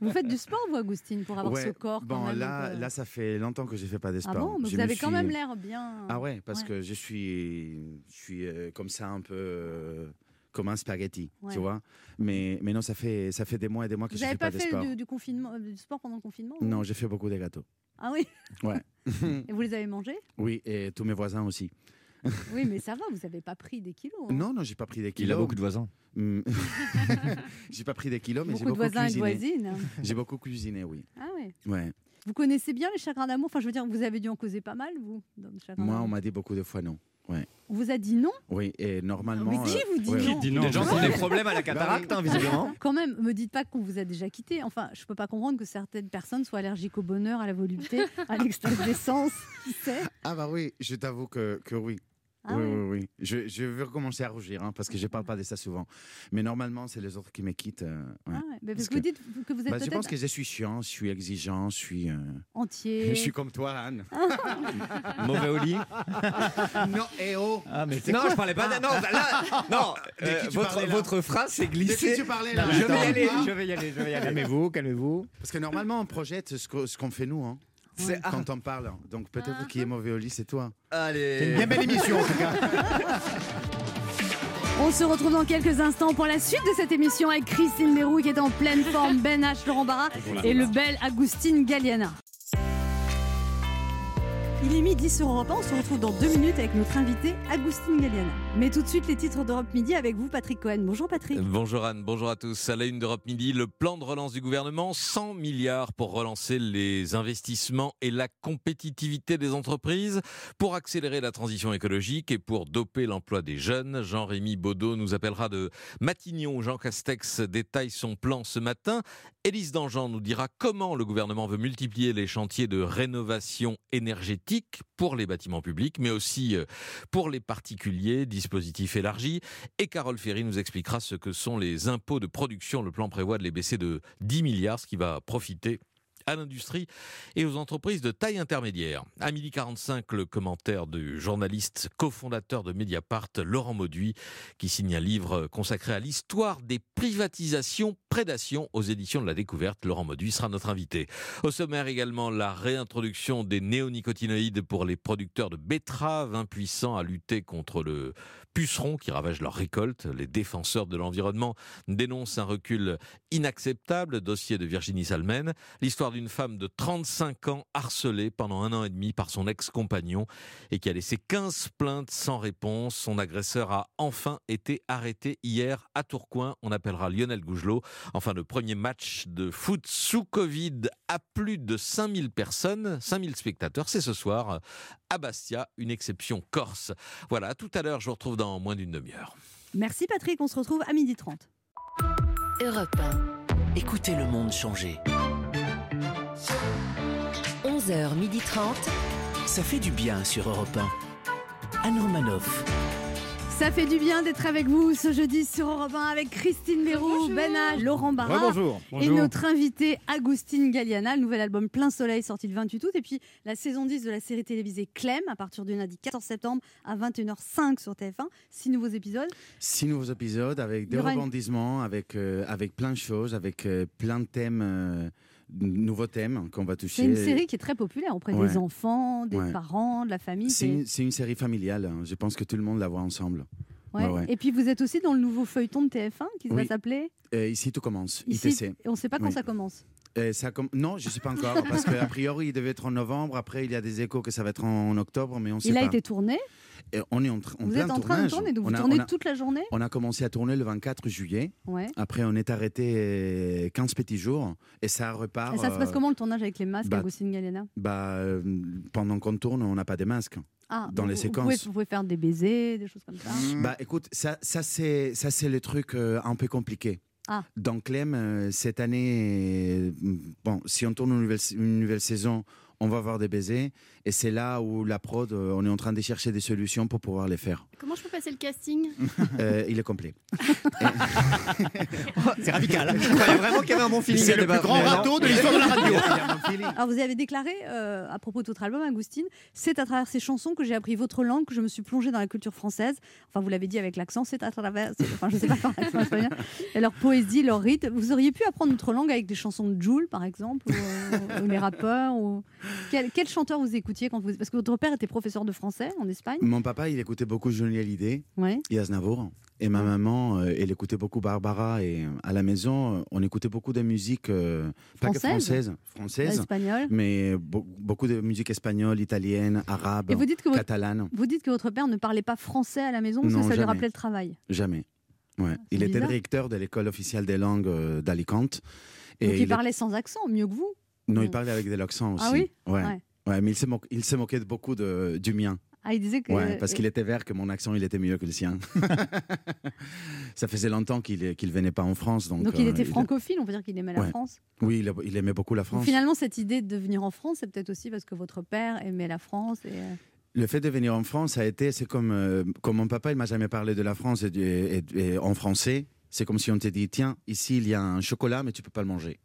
S1: vous faites du sport, vous, Agustine, pour avoir
S12: Ouais,
S1: ce corps quand
S12: bon,
S1: même,
S12: là,
S1: donc, euh,
S12: là, ça fait longtemps que je fais pas
S1: Ah
S12: d'espoir.
S1: bon, mais
S12: Je
S1: vous
S12: me
S1: avez quand
S12: suis-
S1: même l'air bien. hein.
S12: Ah ouais, parce que je suis, je suis euh, comme ça un peu euh, comme un spaghetti,
S1: Ouais.
S12: tu vois. Mais, mais non, ça fait, ça fait des mois et des mois que
S1: Vous
S12: je fais
S1: n'avez pas,
S12: de
S1: fait
S12: sport.
S1: du, du confinement, euh, du sport pendant le confinement vous
S12: Non, j'ai fait beaucoup de gâteaux.
S1: Ah oui
S12: Ouais.
S1: Et vous les avez mangés
S12: oui, et tous mes voisins aussi.
S1: Oui, mais ça va, vous n'avez pas pris des kilos. hein.
S12: Non, non, j'ai pas pris des kilos.
S13: Il a beaucoup de voisins.
S12: Mm. j'ai pas pris des kilos, mais
S1: Beaucoup
S12: j'ai
S1: de
S12: beaucoup
S1: voisins et de
S12: cuisiné.
S1: voisines.
S12: J'ai beaucoup cuisiné, oui.
S1: Ah ouais.
S12: Ouais.
S1: Vous connaissez bien les chagrins d'amour Enfin, je veux dire, vous avez dû en causer pas mal, vous, dans le chagrin
S12: Moi, on
S1: d'amour.
S12: m'a dit beaucoup de fois non. Ouais.
S1: on vous a dit non
S12: Oui, et normalement.
S1: Ah, Mais qui
S12: euh,
S1: vous dit
S12: ouais, Bah
S1: non
S12: ouais.
S1: Qui dit
S13: non Des gens qui ont des problèmes à la cataracte, hein, visiblement.
S1: Quand même, me dites pas qu'on vous a déjà quitté. Enfin, je peux pas comprendre que certaines personnes soient allergiques au bonheur, à la volupté, à l'extase d'essence. Qui sait
S12: Ah bah oui, je t'avoue que, que oui.
S1: Ah
S12: oui,
S1: ouais.
S12: oui, oui. Je, je vais recommencer à rougir hein, parce que je parle pas de ça souvent. Mais normalement, c'est les autres qui me quittent. euh, ouais.
S1: Ah ouais, mais
S12: Parce
S1: parce que vous dites que vous êtes
S12: bah, je pense
S1: peut-être
S12: que je suis chiant, je suis exigeant, je suis. euh,
S1: entier.
S12: Je suis comme toi, Anne.
S13: Mauvais au lit.
S12: non, eh oh
S13: non, je parlais pas. d'un- Non, bah là, non.
S12: De
S13: euh,
S12: qui tu
S13: votre,
S12: parlais, là
S13: votre phrase s'est glissée.
S12: De qui tu parlais, là
S13: je vais y aller.
S12: Attends.
S13: Je vais y aller. Je vais y aller.
S4: Calmez-vous, calmez-vous.
S12: Parce que normalement, on projette ce que- ce qu'on fait nous. Hein.
S13: C'est- ah.
S12: Quand on parle, donc peut-être qui est mauvais au lit, c'est toi.
S13: Allez.
S12: C'est une bien belle émission, en tout cas.
S1: On se retrouve dans quelques instants pour la suite de cette émission avec Christine Leroux qui est en pleine forme, Ben H, Laurent Barra
S14: Voilà.
S1: et le bel Agustine Galliana. Il est midi sur Europe 1, on se retrouve dans deux minutes avec notre invité Agustine Galliana. Mais tout de suite les titres d'Europe Midi avec vous Patrick Cohen. Bonjour Patrick.
S15: Bonjour Anne, bonjour à tous. À la une d'Europe Midi, le plan de relance du gouvernement, 100 milliards pour relancer les investissements et la compétitivité des entreprises, pour accélérer la transition écologique et pour doper l'emploi des jeunes. Jean-Rémy Baudot nous appellera de Matignon. Jean Castex détaille son plan ce matin. Élise Dangean nous dira comment le gouvernement veut multiplier les chantiers de rénovation énergétique pour les bâtiments publics, mais aussi euh, pour les particuliers, dispositif élargi. Et Carole Ferry nous expliquera ce que sont les impôts de production. Le plan prévoit de les baisser de 10 milliards, ce qui va profiter à l'industrie et aux entreprises de taille intermédiaire. À 12h45, le commentaire du journaliste cofondateur de Mediapart, Laurent Mauduit, qui signe un livre consacré à l'histoire des privatisations Prédation aux éditions de la découverte. Laurent Mauduit sera notre invité. Au sommaire également, la réintroduction des néonicotinoïdes pour les producteurs de betteraves impuissants à lutter contre le puceron qui ravage leur récolte. Les défenseurs de l'environnement dénoncent un recul inacceptable. Dossier de Virginie Salmen. L'histoire d'une femme de 35 ans harcelée pendant un an et demi par son ex-compagnon et qui a laissé 15 plaintes sans réponse. Son agresseur a enfin été arrêté hier à Tourcoing. On appellera Lionel Gougelot. Enfin, le premier match de foot sous Covid à plus de 5000 personnes, 5000 spectateurs. C'est ce soir à Bastia, une exception corse. Voilà, à tout à l'heure, je vous retrouve dans moins d'une demi-heure.
S1: Merci Patrick, on se retrouve à 12h30.
S5: Europe 1. Écoutez le monde changer.
S14: 11h30.
S5: Ça fait du bien sur Europe 1. Anne Romanoff.
S1: Ça fait du bien d'être avec vous ce jeudi sur Europe 1 avec Christine Béroux, Ben H, Laurent Barra
S16: Rebonjour.
S1: et
S16: Bonjour.
S1: notre invité Agustine Galliana. Le nouvel album Plein Soleil sorti le 28 août et puis la saison 10 de la série télévisée Clem à partir du lundi 14 septembre à 21h05 sur TF1. Six nouveaux épisodes.
S12: Six nouveaux épisodes avec
S1: Il
S12: des
S1: y aura une-
S12: rebondissements, avec, euh, avec plein de choses, avec euh, plein de thèmes, euh, de nouveaux thèmes hein, qu'on va toucher.
S1: C'est une série qui est très populaire auprès des
S12: Ouais.
S1: enfants, des
S12: Ouais.
S1: parents, de la famille.
S12: C'est
S1: C'est-
S12: une, c'est une série familiale. hein. Je pense que tout le monde la voit ensemble.
S1: Ouais.
S12: Ouais, ouais.
S1: Et puis vous êtes aussi dans le nouveau feuilleton de TF1 qui va
S12: Oui.
S1: s'appeler
S12: Euh, ici, tout commence.
S1: Ici,
S12: ITC.
S1: et on ne sait pas quand
S12: Oui.
S1: ça commence.
S12: Euh, ça com- Non, je ne sais pas encore, parce qu'a priori, il devait être en novembre. Après, il y a des échos que ça va être en octobre, mais on ne sait
S1: Il
S12: pas.
S1: a été tourné.
S12: Et on est en, tra- en
S1: vous
S12: plein
S1: êtes en train de
S12: tournage.
S1: tourner, donc
S12: On
S1: vous
S12: a-
S1: tournez
S12: on a-
S1: toute la journée.
S12: On a commencé à tourner le 24 juillet.
S1: Ouais.
S12: Après, on est arrêté euh, 15 petits jours et ça repart.
S1: Et ça se passe
S12: euh,
S1: comment le tournage avec les masques,
S12: bah-
S1: Agustine Galena
S12: bah, euh, Pendant qu'on tourne, on n'a pas de masque
S1: Ah,
S12: dans
S1: donc
S12: les
S1: vous-
S12: séquences.
S1: Vous pouvez, vous pouvez faire des baisers, des choses comme ça.
S12: Bah écoute, ça, ça c'est ça c'est le truc euh, un peu compliqué.
S1: Ah.
S12: Dans Clem, euh, cette année, euh, bon, si on tourne une nouvelle, une nouvelle saison, on va avoir des baisers. Et c'est là où la prod, euh, on est en train de chercher des solutions pour pouvoir les faire.
S3: Comment je peux passer le casting
S12: Euh, il est complet. Oh,
S4: c'est radical.
S12: Je
S2: croyais vraiment qu'il y avait un bon feeling
S12: hein. C'est
S2: au
S12: le plus
S2: départ,
S12: grand
S2: mais non.
S12: râteau de l'histoire de la radio.
S1: Alors vous avez déclaré euh, à propos de votre album, Agustine, c'est à travers ces chansons que j'ai appris votre langue, que je me suis plongée dans la culture française. Enfin, vous l'avez dit avec l'accent, c'est à travers, c'est- enfin je sais pas par l'accent espagnol, et leur poésie, leur rythme. Vous auriez pu apprendre notre langue avec des chansons de Jules, par exemple, ou, euh, ou les rappeurs. Ou... Quel, quel chanteur vous écoutiez quand vous parce que votre père était professeur de français en Espagne.
S12: Mon papa, il écoutait beaucoup Johnny Hallyday
S1: Ouais.
S12: et Aznavour. Et ma maman, euh, elle écoutait beaucoup Barbara. Et euh, à la maison, euh, on écoutait beaucoup de musique, euh, pas que
S1: Française
S12: française, française
S1: Espagnole.
S12: mais be- beaucoup de musique espagnole, italienne, arabe,
S1: Et vous dites que votre-
S12: catalane.
S1: Vous dites que votre père ne parlait pas français à la maison, parce que
S12: Non,
S1: ça lui
S12: jamais.
S1: rappelait le travail.
S12: Jamais. Ouais. Il était
S1: Ah, bizarre.
S12: directeur de l'école officielle des langues euh, d'Alicante.
S1: Donc il,
S12: il-
S1: parlait sans accent, mieux que vous.
S12: Non, il parlait avec de l'accent aussi.
S1: Ah oui
S12: ouais.
S1: Ouais.
S12: Ouais, mais il se, mo- il se moquait beaucoup de, du mien.
S1: Ah, il disait que.
S12: Ouais, parce qu'il était vert, que mon accent, il était mieux que le sien. Ça faisait longtemps qu'il ne venait pas en France. Donc,
S1: Donc, il
S12: euh,
S1: était francophile, on peut dire qu'il aimait la
S12: Ouais.
S1: France.
S12: Oui, il, a- il aimait beaucoup la
S1: Donc,
S12: France.
S1: finalement, cette idée de venir en France, c'est peut-être aussi parce que votre père aimait la France. Et... euh,
S12: Le fait de venir en France, ça a été, c'est comme, euh, comme mon papa, il m'a jamais parlé de la France et, du- et- et en français. C'est comme si on te dit, tiens, ici il y a un chocolat, mais tu peux pas le manger.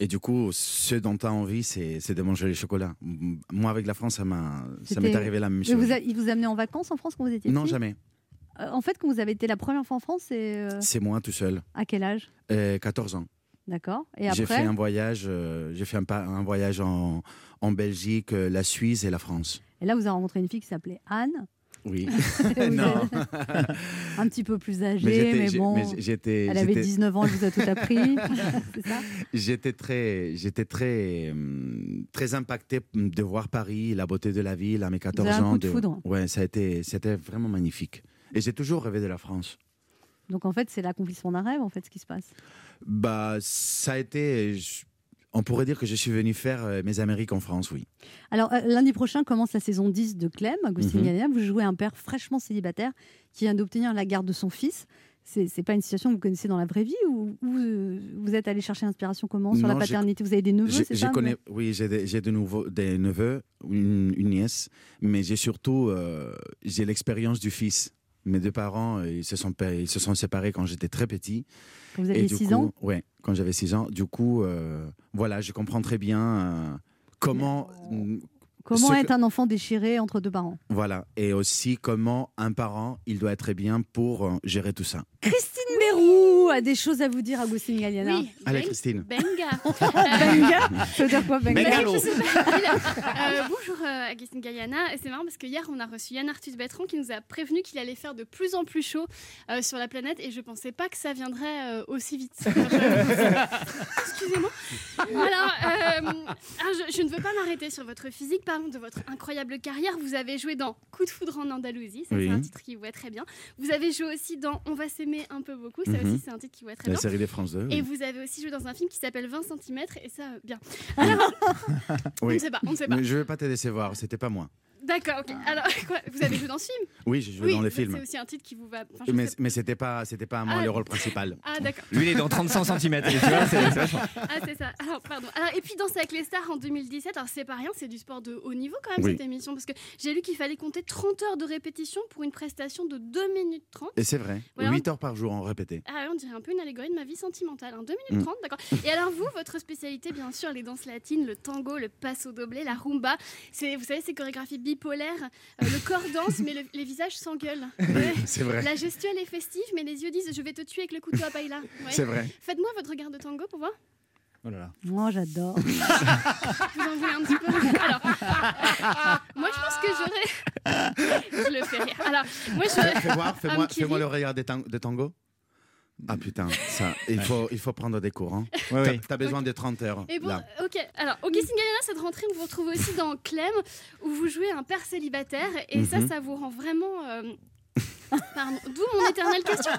S12: Et du coup, ce dont tu as envie, c'est c'est de manger les chocolats. M- Moi, avec la France, ça m'a- ça m'est
S1: c'était-
S12: arrivé la même
S1: Mais
S12: chose.
S1: vous a- Il vous amenait en vacances en France quand vous étiez
S12: Non,
S1: petit
S12: jamais.
S1: Euh, en fait, quand vous avez été la première fois en France, c'est. euh,
S12: C'est moi tout seul.
S1: À quel âge
S12: Euh, 14 ans.
S1: D'accord. Et
S12: J'ai
S1: après.
S12: fait un voyage, euh, j'ai fait un, pa- un voyage en, en Belgique, euh, la Suisse et la France.
S1: Et là, vous avez rencontré une fille qui s'appelait Anne,
S12: Oui.
S1: êtes-
S12: non.
S1: un petit peu plus
S12: Mais
S1: âgée,
S12: j'étais-
S1: mais,
S12: j'ai-
S1: bon.
S12: mais j'étais-
S1: elle avait
S12: j'étais-
S1: 19 ans, elle vous a tout appris. c'est ça
S12: J'étais très, j'étais très, hum, très impacté de voir Paris, la beauté de la ville à mes 14
S1: avez un
S12: ans.
S1: coup de foudre.
S12: Ouais, ça a été, c'était vraiment magnifique. Et j'ai toujours rêvé de la France.
S1: Donc en fait, c'est l'accomplissement d'un rêve, en fait, ce qui se passe.
S12: Bah, ça a été, je- on pourrait dire que je suis venu faire euh, mes Amériques en France, oui.
S1: Alors, euh, lundi prochain commence la saison 10 de Clem. Agustine
S12: Mhm.
S1: Galliana, vous jouez un père fraîchement célibataire qui vient d'obtenir la garde de son fils. C'est c'est pas une situation que vous connaissez dans la vraie vie ou, ou, euh, vous êtes allé chercher l'inspiration comment sur la
S12: Non, j'ai-
S1: paternité Vous avez des neveux,
S12: J'ai-
S1: c'est
S12: j'ai
S1: ça
S12: connais- oui, j'ai des, j'ai de nouveau des neveux, une, une nièce, mais j'ai surtout euh, j'ai l'expérience du fils. Mes deux parents, euh, ils se sont, pa- ils se sont séparés quand j'étais très petit.
S1: Quand vous aviez
S12: du
S1: six
S12: coup-
S1: ans
S12: Ouais, quand j'avais 6 ans. Du coup, euh, voilà, je comprends très bien euh, comment.
S1: Comment
S12: ce
S1: être
S12: que-
S1: un enfant déchiré entre deux parents
S12: Voilà, et aussi comment un parent, il doit être bien pour euh, gérer tout ça.
S1: Christine Bérou a des choses à vous dire, Agustin Galliana.
S3: Oui.
S12: Allez, Christine.
S3: Benga.
S1: Benga Ça veut dire quoi, Benga
S3: Je sais pas. Il a- Euh, bonjour euh, Agustin Gallana. Et C'est marrant parce que hier on a reçu Yann Arthus Bertrand qui nous a prévenu qu'il allait faire de plus en plus chaud euh, sur la planète et je pensais pas que ça viendrait euh, aussi vite. euh, Excusez-moi. Alors, euh, ah, je, je ne veux pas m'arrêter sur votre physique. Parlons de votre incroyable carrière. Vous avez joué dans Coup de foudre en Andalousie. Ça,
S12: Oui.
S3: c'est un titre qui vous va très bien. Vous avez joué aussi dans On va s'aimer un peu beaucoup. Ça
S12: Mhm.
S3: aussi, c'est un titre qui vous va très
S12: La
S3: bien.
S12: série des France 2, oui.
S3: Et vous avez aussi joué dans un film qui s'appelle 20 cm. Et ça, euh, bien. Alors, On ne sait pas, on ne sait pas.
S12: Mais je ne vais pas te décevoir, c'était pas moi.
S3: D'accord, ok. Alors, quoi, vous avez joué dans ce film bah,
S12: Oui, j'ai joué dans les films.
S3: C'est aussi un titre qui vous va. enfin, je
S12: Mais,
S3: sais-
S12: mais c'était pas, c'était pas à moi
S3: Ah.
S12: le rôle principal.
S3: Ah, d'accord.
S12: Lui, il est dans 35 cm. Tu vois, c'est c'est vachement.
S3: Ah, c'est ça. Alors, pardon. Alors, et puis, Danse avec les stars en 2017, alors c'est pas rien, c'est du sport de haut niveau quand même
S12: Oui.
S3: cette émission, parce que j'ai lu qu'il fallait compter 30 heures de répétition pour une prestation de 2 minutes 30.
S12: Et c'est vrai.
S3: Voilà.
S12: 8 heures par jour, on répétait.
S3: Ah, ouais, on dirait un peu une allégorie de ma vie sentimentale. Hein. 2 minutes
S12: Mm.
S3: 30, d'accord. Et alors, vous, votre spécialité, bien sûr, les danses latines, le tango, le passo doblé, la rumba. C'est, vous savez, ces chorégraphies bipolaires, euh, le corps danse, mais le- les visages s'engueulent. Ouais.
S12: c'est vrai.
S3: La gestuelle est festive, mais les yeux disent Je vais te tuer avec le couteau à paella. Ouais.
S12: C'est vrai.
S3: Faites-moi votre regard de tango pour voir.
S12: Oh
S1: Moi, j'adore.
S3: Vous en voulez un petit peu Alors, moi, je pense que j'aurais. je le fais rire. Alors, moi, je.
S12: Fais, fais voir, fais-moi
S3: Un petit
S12: fais
S3: rire.
S12: le regard des, tang- des tangos. Ah putain, ça, il, faut, il faut prendre des cours. Hein. T'as- T'as besoin de 30 heures.
S3: Et bon, euh,
S12: là.
S3: ok. Alors, au Guessing Galena, cette rentrée, on vous retrouve aussi dans Clem, où vous jouez un père célibataire, et ça,
S12: Mhm.
S3: ça vous rend vraiment. euh, Pardon, d'où mon éternelle question.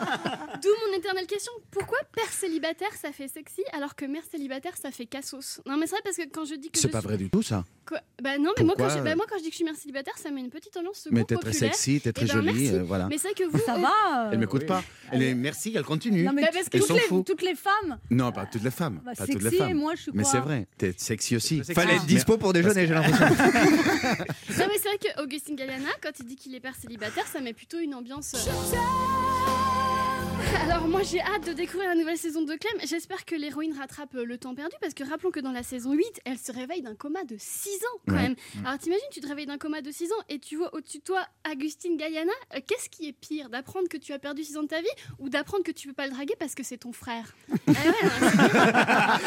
S3: D'où mon éternelle question. Pourquoi père célibataire ça fait sexy alors que mère célibataire ça fait cassos Non mais c'est vrai parce que quand je dis que
S12: C'est
S3: je
S12: pas
S3: suis-
S12: vrai du tout, ça.
S3: Quoi bah non mais moi quand,
S12: Pourquoi,
S3: je, bah,
S12: euh
S3: moi quand je dis que je suis mère célibataire ça met une petite ambiance secours
S12: Mais t'es très
S3: populaire.
S12: sexy, t'es
S3: Eh
S12: très
S3: ben,
S12: jolie,
S3: merci.
S12: euh, voilà.
S3: Mais c'est vrai que vous
S1: Ça
S3: euh,
S1: va
S12: Elle m'écoute pas. Elle est merci, elle continue.
S1: Non, mais
S3: Bah, parce que
S12: Elles
S1: toutes,
S12: s'en
S1: les,
S12: foutent.
S1: toutes les femmes.
S12: Non, pas toutes les femmes.
S1: Bah,
S12: pas toutes les
S1: sexy,
S12: femmes.
S1: moi, je suis
S12: Mais
S1: quoi
S12: c'est vrai, t'es sexy aussi.
S2: Fallait être dispo pour déjeuner, j'ai l'impression.
S3: Non mais c'est vrai que Augustine Galliana, quand il dit qu'il est père célibataire, ça met plutôt une ambiance. euh, Alors moi j'ai hâte de découvrir la nouvelle saison de Clem. J'espère que l'héroïne rattrape euh, le temps perdu parce que rappelons que dans la saison 8, elle se réveille d'un coma de 6 ans quand
S12: Ouais.
S3: même. Alors t'imagines, tu te réveilles d'un coma de 6 ans et tu vois au-dessus de toi Augustine Galliana. Euh, Qu'est-ce qui est pire D'apprendre que tu as perdu 6 ans de ta vie ou d'apprendre que tu peux pas le draguer parce que c'est ton frère Eh ouais, hein.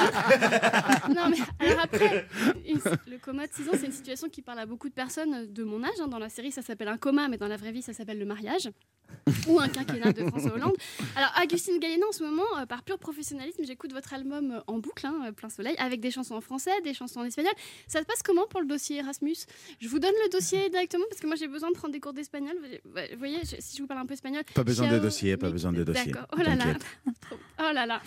S3: Non mais alors après, une- le coma de 6 ans, c'est une situation qui parle à beaucoup de personnes euh, de mon âge. hein. Dans la série, ça s'appelle un coma, mais dans la vraie vie, ça s'appelle le mariage. Ou un quinquennat de François Hollande. Alors, Agustine Galliena, en ce moment, euh, par pur professionnalisme, j'écoute votre album euh, en boucle, hein, euh, Plein Soleil, avec des chansons en français, des chansons en espagnol. Ça se passe comment pour le dossier Erasmus Je vous donne le dossier directement parce que moi, j'ai besoin de prendre des cours d'espagnol. Vous vous voyez, je- si je vous parle un peu espagnol.
S12: Pas besoin de
S3: ciao.
S12: dossier, pas besoin de dossier. euh,
S3: D'accord. Oh là là.
S12: T'inquiète.
S3: Oh là là.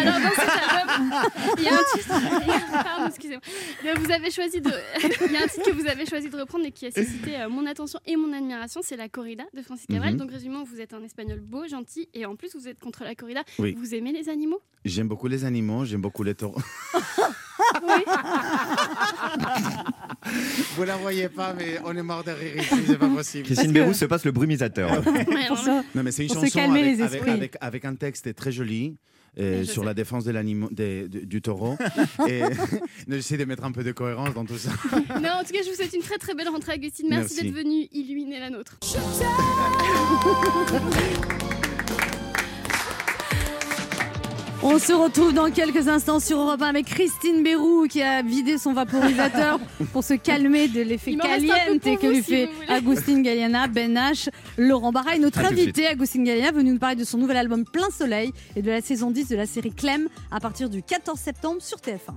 S3: Alors, dans cet album, il y a un titre. il y a- Pardon, excusez-moi. Mais Vous avez choisi de. Il y a un titre que vous avez choisi de reprendre et qui a suscité euh, mon attention et mon admiration. C'est La Corrida de Francis Cabrel.
S12: Mhm.
S3: Donc, résumons, vous êtes un espagnol beau, gentil et en plus, vous êtes contre la Corrida.
S12: Oui.
S3: Vous aimez les animaux
S12: J'aime beaucoup les animaux, j'aime beaucoup les taureaux.
S3: Oui.
S12: Vous la voyez pas, mais on est mort de rire ici, c'est pas possible.
S2: Christine Bérou se passe le brumisateur.
S3: Pour ça-
S12: Non, mais c'est une
S1: Pour se
S12: chanson
S1: calmer
S12: avec,
S1: les
S12: avec-
S1: esprits.
S12: avec- avec un texte très joli. euh,
S1: Je
S12: sur
S1: sais.
S12: la défense de l'animo- des- du, du taureau. Et j'essaie de mettre un peu de cohérence dans tout ça.
S3: Non, en tout cas, je vous souhaite une très très belle rentrée, Agustine. Merci,
S12: Merci.
S3: d'être venu illuminer la nôtre.
S1: On se retrouve dans quelques instants sur Europe 1 avec Christine Bérou qui a vidé son vaporisateur pour se calmer de l'effet
S3: Il m'en reste un peu
S1: caliente
S3: pour
S1: que
S3: vous,
S1: lui
S3: si
S1: fait
S3: vous voulez.
S1: Agustin Galliana, Ben H, Laurent Barra et notre
S12: À tout de
S1: invité Agustin Galliana venu nous parler de son nouvel album Plein Soleil et de la saison 10 de la série Clem à partir du 14 septembre sur TF1.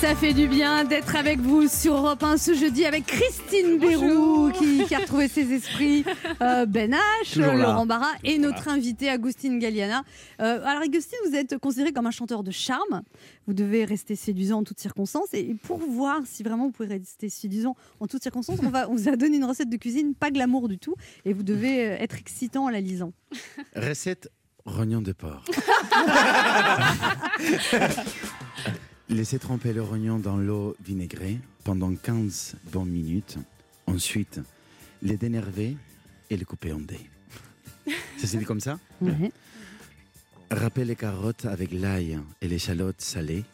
S1: Ça fait du bien d'être avec vous sur Europe 1 ce jeudi avec Christine Bérou qui, qui a retrouvé ses esprits, euh, Ben H,
S16: Toujours là.
S1: Laurent Barra Ah, et
S16: Toujours
S1: notre
S16: là.
S1: invité Agustin Galliana. Euh, alors Agustin, vous êtes considéré comme un chanteur de charme. Vous devez rester séduisant en toutes circonstances. Et pour voir si vraiment vous pouvez rester séduisant en toutes circonstances, on, va, on vous a donné une recette de cuisine pas glamour du tout. Et vous devez euh, être excitant en la lisant.
S12: Recette rognon de porc. Laissez tremper le rognon dans l'eau vinaigrée pendant 15 bonnes minutes. Ensuite, les dénerver et les couper en dés. Ça s'est dit comme ça
S1: Ouais.
S12: Râpez les carottes avec l'ail et l'échalote salée,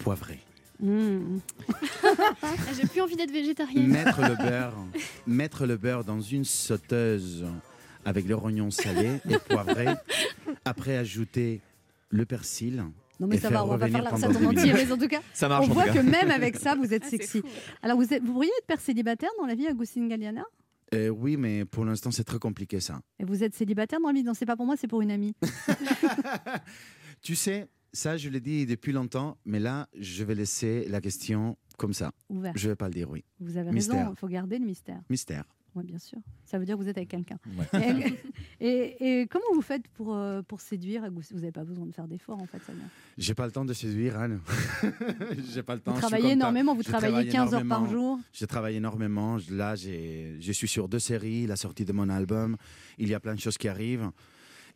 S12: poivrée.
S3: Ah, J'ai plus envie d'être végétarienne. Oh
S12: Mettre le beurre, mettre le beurre dans une sauteuse avec le rognon salé et poivré. Après, ajouter le persil.
S1: Non mais
S12: et
S1: ça
S12: faire
S1: va, on va
S12: revenir
S1: faire la recette
S12: pendant
S1: en
S12: dix
S1: entier.
S12: minutes.
S1: Mais en tout cas, on voit que même avec ça, vous êtes sexy. Alors, vous, êtes- vous pourriez être père célibataire dans la vie, Agustin Galliana
S12: Euh, oui, mais pour l'instant, c'est très compliqué ça.
S1: Et vous êtes célibataire dans la vie Non, c'est pas pour moi, c'est pour une amie.
S12: Tu sais, ça, je l'ai dit depuis longtemps, mais là, je vais laisser la question comme ça.
S1: Ouvert.
S12: Je vais pas le dire, oui.
S1: Vous avez
S12: Mystère.
S1: raison, il faut garder le mystère.
S12: Mystère.
S1: Oui, bien sûr. Ça veut dire que vous êtes avec quelqu'un.
S12: Ouais.
S1: Et, et- et comment vous faites pour, euh, pour séduire Agustin Vous n'avez pas besoin de faire d'efforts, en fait, ça vient.
S12: J'ai pas le temps de séduire, Anne. J'ai pas le temps. je suis
S1: travaillez
S12: comme toi.
S1: énormément, vous
S12: Je
S1: travaillez
S12: travaille
S1: 15 heures par
S12: énormément.
S1: jour.
S12: Je travaille énormément. Je- Là, j'ai- je suis sur deux séries, la sortie de mon album. Il y a plein de choses qui arrivent.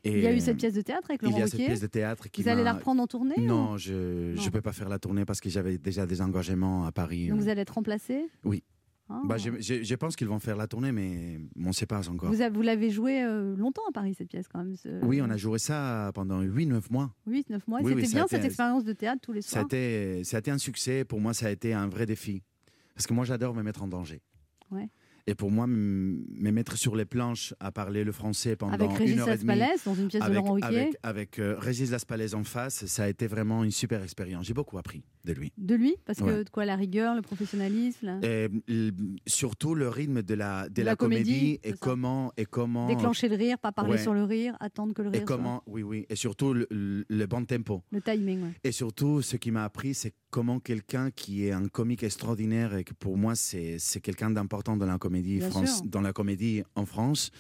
S12: Et euh,
S1: Il y a eu cette pièce de théâtre avec Laurent
S12: Il y a cette
S1: Wauquiez.
S12: pièce de théâtre qui
S1: Vous allez
S12: m'a-
S1: la reprendre en tournée ou-
S12: Non, je ne peux pas faire la tournée parce que j'avais déjà des engagements à Paris.
S1: Donc vous allez être remplacé
S12: Oui.
S1: Ah.
S12: Bah, je, je- je pense qu'ils vont faire la tournée, mais on ne sait pas encore.
S1: Vous, euh, a- vous l'avez joué euh, longtemps à Paris, cette pièce, quand même. ce-
S12: Oui, on a joué ça pendant 8-9 mois.
S1: 8, 9 mois. Et
S12: Oui,
S1: C'était
S12: oui, ça
S1: bien
S12: a été-
S1: cette expérience de théâtre tous les
S12: Ça a,
S1: soirs.
S12: été, ça a été un succès. Pour moi, ça a été un vrai défi. Parce que moi, j'adore me mettre en danger.
S1: Ouais.
S12: Et pour moi, m- me mettre sur les planches à parler le français pendant
S1: Avec Régis
S12: une heure et demie,
S1: Laspalès dans une pièce de
S12: avec,
S1: Laurent Wauquiez.
S12: Avec, avec euh, Régis Laspalais en face, ça a été vraiment une super expérience. J'ai beaucoup appris de lui.
S1: De lui Parce que
S12: Ouais.
S1: de quoi La rigueur, le professionnalisme la-
S12: Et, l- surtout le rythme de la, de
S1: De
S12: la,
S1: la comédie,
S12: et
S1: c'est ça.
S12: comment et comment
S1: Déclencher le rire, pas parler
S12: Ouais.
S1: sur le rire, attendre que le rire.
S12: et
S1: soit-
S12: comment oui oui et surtout le, le- le bon tempo
S1: Le timing, ouais.
S12: et surtout ce qui m'a appris c'est comment quelqu'un qui est un comique extraordinaire et que pour moi c'est c'est quelqu'un d'important dans la comédie
S1: Bien
S12: France-
S1: sûr.
S12: dans la comédie en France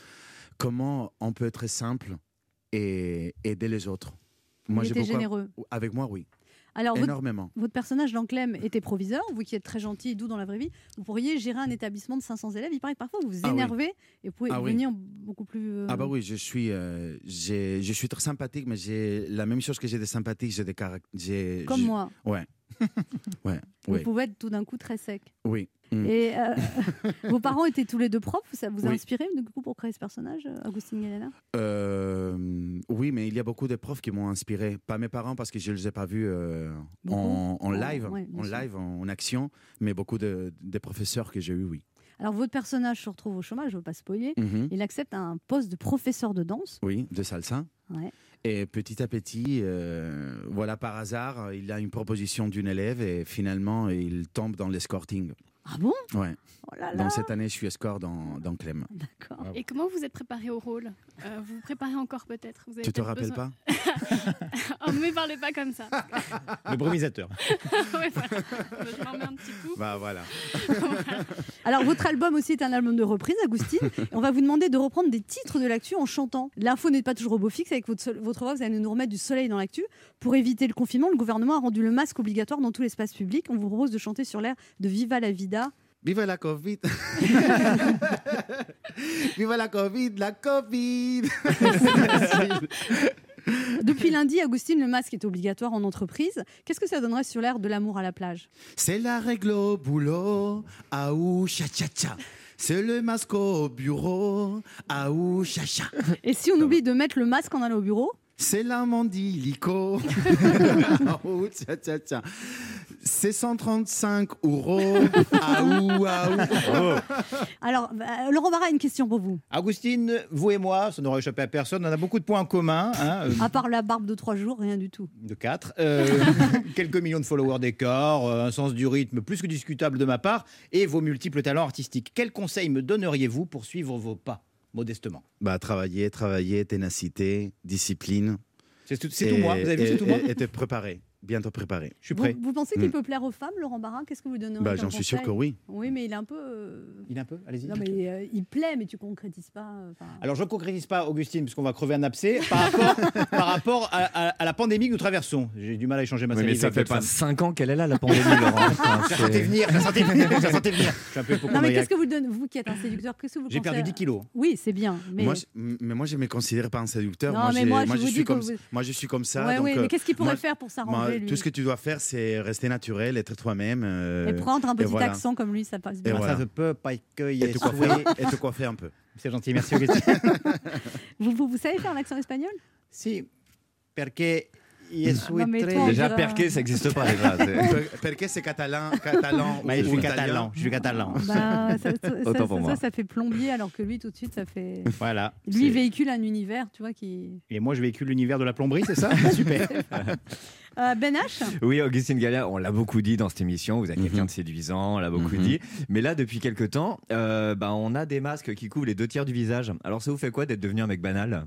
S12: comment on peut être simple et aider les autres
S1: Il
S12: j'ai
S1: était
S12: beaucoup-
S1: généreux.
S12: avec moi oui
S1: Alors, votre-
S12: énormément
S1: Votre, personnage dans Clem était proviseur, vous qui êtes très gentil et doux dans la vraie vie, vous pourriez gérer un établissement de 500 élèves. Il paraît que parfois vous vous
S12: Ah oui.
S1: énervez et vous pouvez
S12: Ah oui.
S1: devenir beaucoup plus. euh,
S12: Ah bah oui, je suis, euh, j'ai- je suis très sympathique, mais j'ai la même chose que j'ai des sympathiques, j'ai des caractères.
S1: Comme moi.
S12: Ouais. ouais.
S1: Vous
S12: Oui.
S1: pouvez être tout d'un coup très sec.
S12: Oui. Mm.
S1: Et euh, vos parents étaient tous les deux profs, ça vous a
S12: Oui.
S1: inspiré du coup pour créer ce personnage, euh, Agustin Galena
S12: Euh, oui, mais il y a beaucoup de profs qui m'ont inspiré. Pas mes parents parce que je ne les ai pas vus euh, en, en
S3: Oh,
S1: En-
S12: live,
S1: ouais, bien
S12: en
S1: sûr.
S12: live, en, en action, mais beaucoup de, de professeurs que j'ai eu, oui.
S1: Alors votre personnage se retrouve au chômage, je ne veux pas spoiler,
S12: Mhm.
S1: il accepte un poste de professeur de danse.
S12: Oui, de salsa.
S1: Ouais.
S12: Et petit à petit, euh, voilà, par hasard, il a une proposition d'une élève et finalement, il tombe dans l'escorting.
S1: Ah bon
S12: Ouais.
S3: Oh là là.
S12: Dans cette année, je suis escort dans, dans Clem.
S3: D'accord. Et comment vous êtes préparé au rôle Euh, Vous vous préparez encore peut-être Vous avez
S12: Tu te
S3: peut-être
S12: rappelles
S3: besoin- Oh, mais parlez pas comme ça.
S4: Le brumisateur.
S3: Ouais, voilà. Je m'en mets un petit coup.
S12: Bah voilà.
S1: Alors votre album aussi est un album de reprise, Agustin. On va vous demander de reprendre des titres de l'actu en chantant. L'info n'est pas toujours au beau fixe. Avec votre, sol- votre voix, vous allez nous remettre du soleil dans l'actu. Pour éviter le confinement, le gouvernement a rendu le masque obligatoire dans tout l'espace public. On vous propose de chanter sur l'air de Viva la Vida.
S12: Viva la Covid Viva la Covid, la Covid
S1: Depuis lundi, Agustin, le masque est obligatoire en entreprise. Qu'est-ce que ça donnerait sur l'air de l'amour à la plage
S12: C'est la règle au boulot, aou cha cha cha. C'est le masque au bureau, aou cha cha.
S1: Et si on oublie de mettre le masque en allant au bureau
S12: Euh. C'est la mandilico. aou cha cha cha. C'est 135 euros, aou aou.
S4: Oh.
S1: Alors, bah, Laurent Barra a une question pour vous.
S4: Augustine, vous et moi, ça n'aura échappé à personne, on a beaucoup de points en commun, hein, euh,
S1: À part la barbe de trois jours, rien du tout.
S4: de 4, quelques millions de followers d'écart, euh, un sens du rythme plus que discutable de ma part, et vos multiples talents artistiques. Quels conseils me donneriez-vous pour suivre vos pas, modestement
S12: Bah, travailler, travailler, ténacité, discipline.
S4: C'est tout- c'est tout moi, vous avez vu,
S12: et-
S4: c'est tout moi.
S12: Et, et te préparer, bientôt préparé.
S4: Je suis
S1: Vous, vous pensez qu'il
S12: Mm.
S1: peut plaire aux femmes, Laurent Barra Qu'est-ce que vous donnez
S12: Bah, j'en suis sûr que oui.
S1: Oui, mais il est un peu. euh,
S4: Il est un peu Allez-y.
S1: Non, mais euh, il plaît, mais tu concrétises pas. euh, enfin.
S4: Alors, je ne concrétise pas, Augustine, parce qu'on va crever un abcès, par rapport, par rapport à, à- à la pandémie que nous traversons. J'ai du mal à échanger ma
S16: Oui, mais
S4: salive
S16: ça
S4: avec
S16: fait
S4: votre
S16: pas
S4: femme.
S16: 5 ans qu'elle est là, la pandémie, Laurent. Enfin,
S4: Je la
S16: c'est-
S4: sentais venir, je la sentais venir, je la sentais venir. Je suis un peu
S1: non, mais qu'est-ce
S4: hypochondriaque.
S1: que vous donnez Vous qui êtes un séducteur, qu'est-ce que vous
S4: J'ai
S1: pensez
S4: perdu
S1: à-
S4: 10 kilos.
S1: Oui, c'est bien. Mais...
S12: Moi, je, m- mais moi, je me considère pas un séducteur.
S1: Non,
S12: moi,
S1: mais
S12: j'ai-
S1: moi, je vous
S12: je
S1: dis
S12: suis
S1: que
S12: comme,
S1: vous-
S12: moi, je suis comme ça.
S1: Ouais,
S12: donc,
S1: ouais, mais
S12: euh,
S1: qu'est-ce qu'il pourrait
S12: moi-
S1: faire pour s'arranger,
S12: moi,
S1: lui
S12: Tout ce que tu dois faire, c'est rester naturel, être toi-même. euh,
S1: Et prendre un
S12: et
S1: petit
S12: voilà.
S1: accent comme lui, ça passe
S12: Et
S1: bien.
S12: voilà.
S4: peut pas accueillir.
S12: Et te coiffer- et te coiffer un peu.
S4: C'est gentil, merci Augustine.
S1: Vous, vous, vous savez faire l'accent espagnol
S4: Si. Parce que je
S1: Non, mais
S4: souhaiterais.
S1: toi, on
S2: Déjà, dirait- perquer, ça existe pas, déjà, c'est-
S12: Per- Perquer, c'est catalan. catalan
S4: Mais je
S12: ou
S4: suis
S12: italien.
S4: catalan, je suis catalan.
S1: Bah, ça, ça,
S4: Autant
S1: ça-
S4: pour
S1: ça,
S4: moi.
S1: ça fait plombier, alors que lui, tout de suite, ça fait.
S4: Voilà.
S1: Lui véhicule un univers, tu vois, qui.
S4: Et moi, je véhicule l'univers de la plomberie, c'est ça Super.
S1: Euh, ben H
S2: Oui, Augustine Gallia, on l'a beaucoup dit dans cette émission, vous êtes quelqu'un de séduisant, on l'a beaucoup dit. Mais là, depuis quelques temps, euh, bah, on a des masques qui couvrent les deux tiers du visage. Alors, ça vous fait quoi d'être devenu un mec banal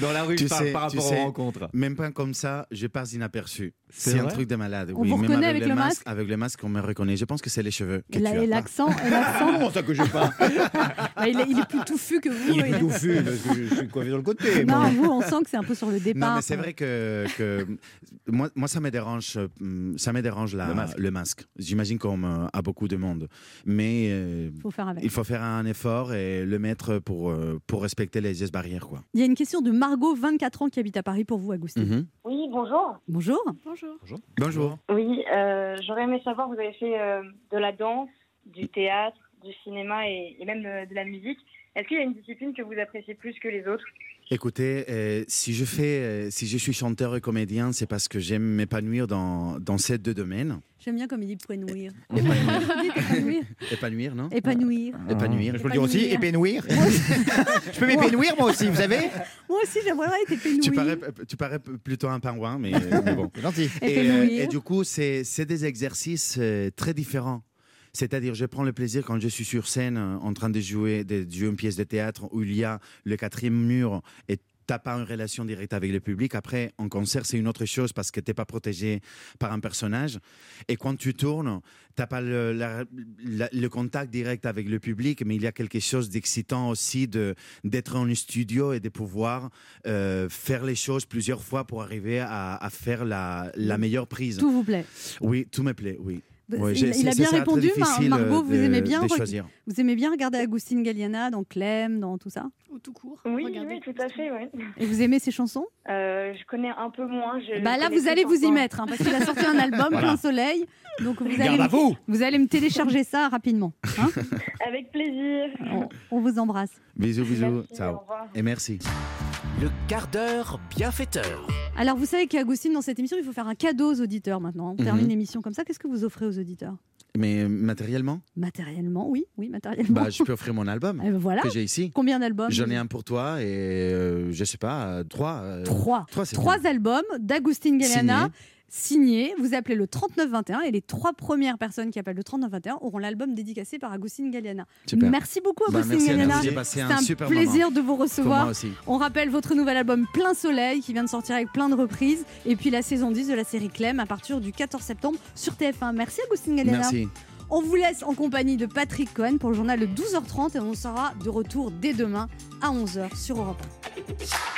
S2: Dans la rue, je parle par
S12: tu
S2: rapport aux
S12: sais,
S2: rencontres.
S12: Même pas comme ça, je passe inaperçu.
S2: C'est
S12: C'est un
S2: vrai
S12: truc de malade.
S1: On
S12: oui,
S1: vous
S12: même
S1: reconnaît avec le masque
S12: Avec le masque, on me reconnaît. Je pense que c'est les cheveux. Que
S1: Et la-
S12: tu as.
S1: et l'accent. et Ah, l'accent-
S12: Comment ça que j'ai pas
S1: bah, il, est, il est plus touffu que vous.
S4: Il est
S1: a-
S4: touffu, parce que je suis coiffé dans le côté.
S1: Non,
S12: moi.
S1: vous, on sent que c'est un peu sur le départ.
S12: Non, mais c'est vrai que, que moi, moi, ça me dérange, euh, ça me dérange la- le masque. J'imagine comme euh, à beaucoup de monde, mais euh,
S1: Faut faire avec.
S12: il faut faire un effort et le mettre pour euh, pour respecter les gestes barrières, quoi.
S1: Il y a une question de Margot, 24 ans, qui habite à Paris pour vous, Agustin.
S12: Mhm.
S17: Oui, bonjour.
S1: Bonjour.
S17: Bonjour.
S12: Bonjour.
S17: Oui, euh, j'aurais aimé savoir, vous avez fait euh, de la danse, du théâtre, du cinéma et, et même euh, de la musique. Est-ce qu'il y a une discipline que vous appréciez plus que les autres
S12: Écoutez, euh, si je fais, euh, si je suis chanteur et comédien, c'est parce que j'aime m'épanouir dans dans ces deux domaines.
S1: J'aime bien comme il dit épanouir.
S12: Épanouir, non
S1: Épanouir.
S12: Ah. Épanouir.
S4: Je peux le dire aussi, épanouir.
S12: je peux
S4: m'épanouir, moi aussi, vous savez
S1: Moi aussi, j'aimerais être
S12: tu parais,
S1: épanouie.
S12: tu parais plutôt un pingouin, mais, euh, mais bon. Et, euh,
S1: Épanouir.
S12: et du coup, c'est c'est des exercices euh, très différents. C'est-à-dire, je prends le plaisir quand je suis sur scène euh, en train de jouer, de jouer une pièce de théâtre où il y a le quatrième mur et t'as pas une relation directe avec le public. Après, en concert, c'est une autre chose parce que t'es pas protégé par un personnage. Et quand tu tournes, t'as pas le, la- la- le contact direct avec le public, mais il y a quelque chose d'excitant aussi de d'être en studio et de pouvoir euh, faire les choses plusieurs fois pour arriver à, à faire la, la meilleure prise.
S1: Tout vous plaît.
S12: Oui, tout me plaît, oui.
S1: Bah,
S12: Ouais,
S1: il-
S12: j'ai-
S1: il,
S12: c'est-
S1: a
S12: ça
S1: bien
S12: sera très
S1: répondu, Mar-
S12: difficile, euh,
S1: Margot. Vous
S12: de-
S1: aimez bien,
S12: de
S1: re-
S12: choisir.
S1: vous aimez bien regarder Agustin Galliana dans Clem, dans tout ça.
S17: Ou tout court Oui, oui, tout à fait, oui.
S1: Et vous aimez ses chansons
S17: Euh, je connais un peu moins. Je
S1: Bah là,
S17: connais
S1: vous allez
S17: peu
S1: vous y
S17: encore.
S1: mettre, hein, parce qu'il a sorti un album
S17: Voilà.
S1: plein soleil. Donc vous
S17: Garde
S1: allez,
S17: à vous.
S1: vous allez me télécharger ça rapidement. hein.
S17: Avec plaisir.
S1: on, on vous embrasse.
S12: Bisous, bisous.
S17: au
S12: Ciao.
S17: revoir.
S12: Et merci.
S5: Le quart d'heure bienfaiteur.
S1: Alors vous savez qu'Agustine, dans cette émission, il faut faire un cadeau aux auditeurs maintenant. On
S12: Mhm.
S1: termine l'émission comme ça. Qu'est-ce que vous offrez aux auditeurs
S12: Mais euh, matériellement
S1: Matériellement, oui, oui, matériellement.
S12: bah, Je peux offrir mon album
S1: Eh ben voilà.
S12: que j'ai ici.
S1: Combien d'albums
S12: J'en ai un pour toi et euh, je sais pas, euh, trois. euh,
S1: Trois.
S12: Trois, c'est
S1: Trois
S12: bien.
S1: albums d'Agustin Galliana signés. Vous appelez le 3921 et les trois premières personnes qui appellent le 3921 auront l'album dédicacé par Agustin Galliana.
S12: Super.
S1: Merci beaucoup
S12: Bah,
S1: Agustin
S12: merci à vous.
S1: Galliana.
S12: J'ai passé un
S1: C'était
S12: super
S1: plaisir
S12: moment.
S1: de vous recevoir.
S12: Pour moi aussi.
S1: On rappelle votre nouvel album Plein Soleil qui vient de sortir avec plein de reprises et puis la saison 10 de la série Clem à partir du 14 septembre sur TF1. Merci Agustin Galliana.
S12: Merci.
S1: On vous laisse en compagnie de Patrick Cohen pour le journal de 12h30 et on sera de retour dès demain à 11h sur Europe 1.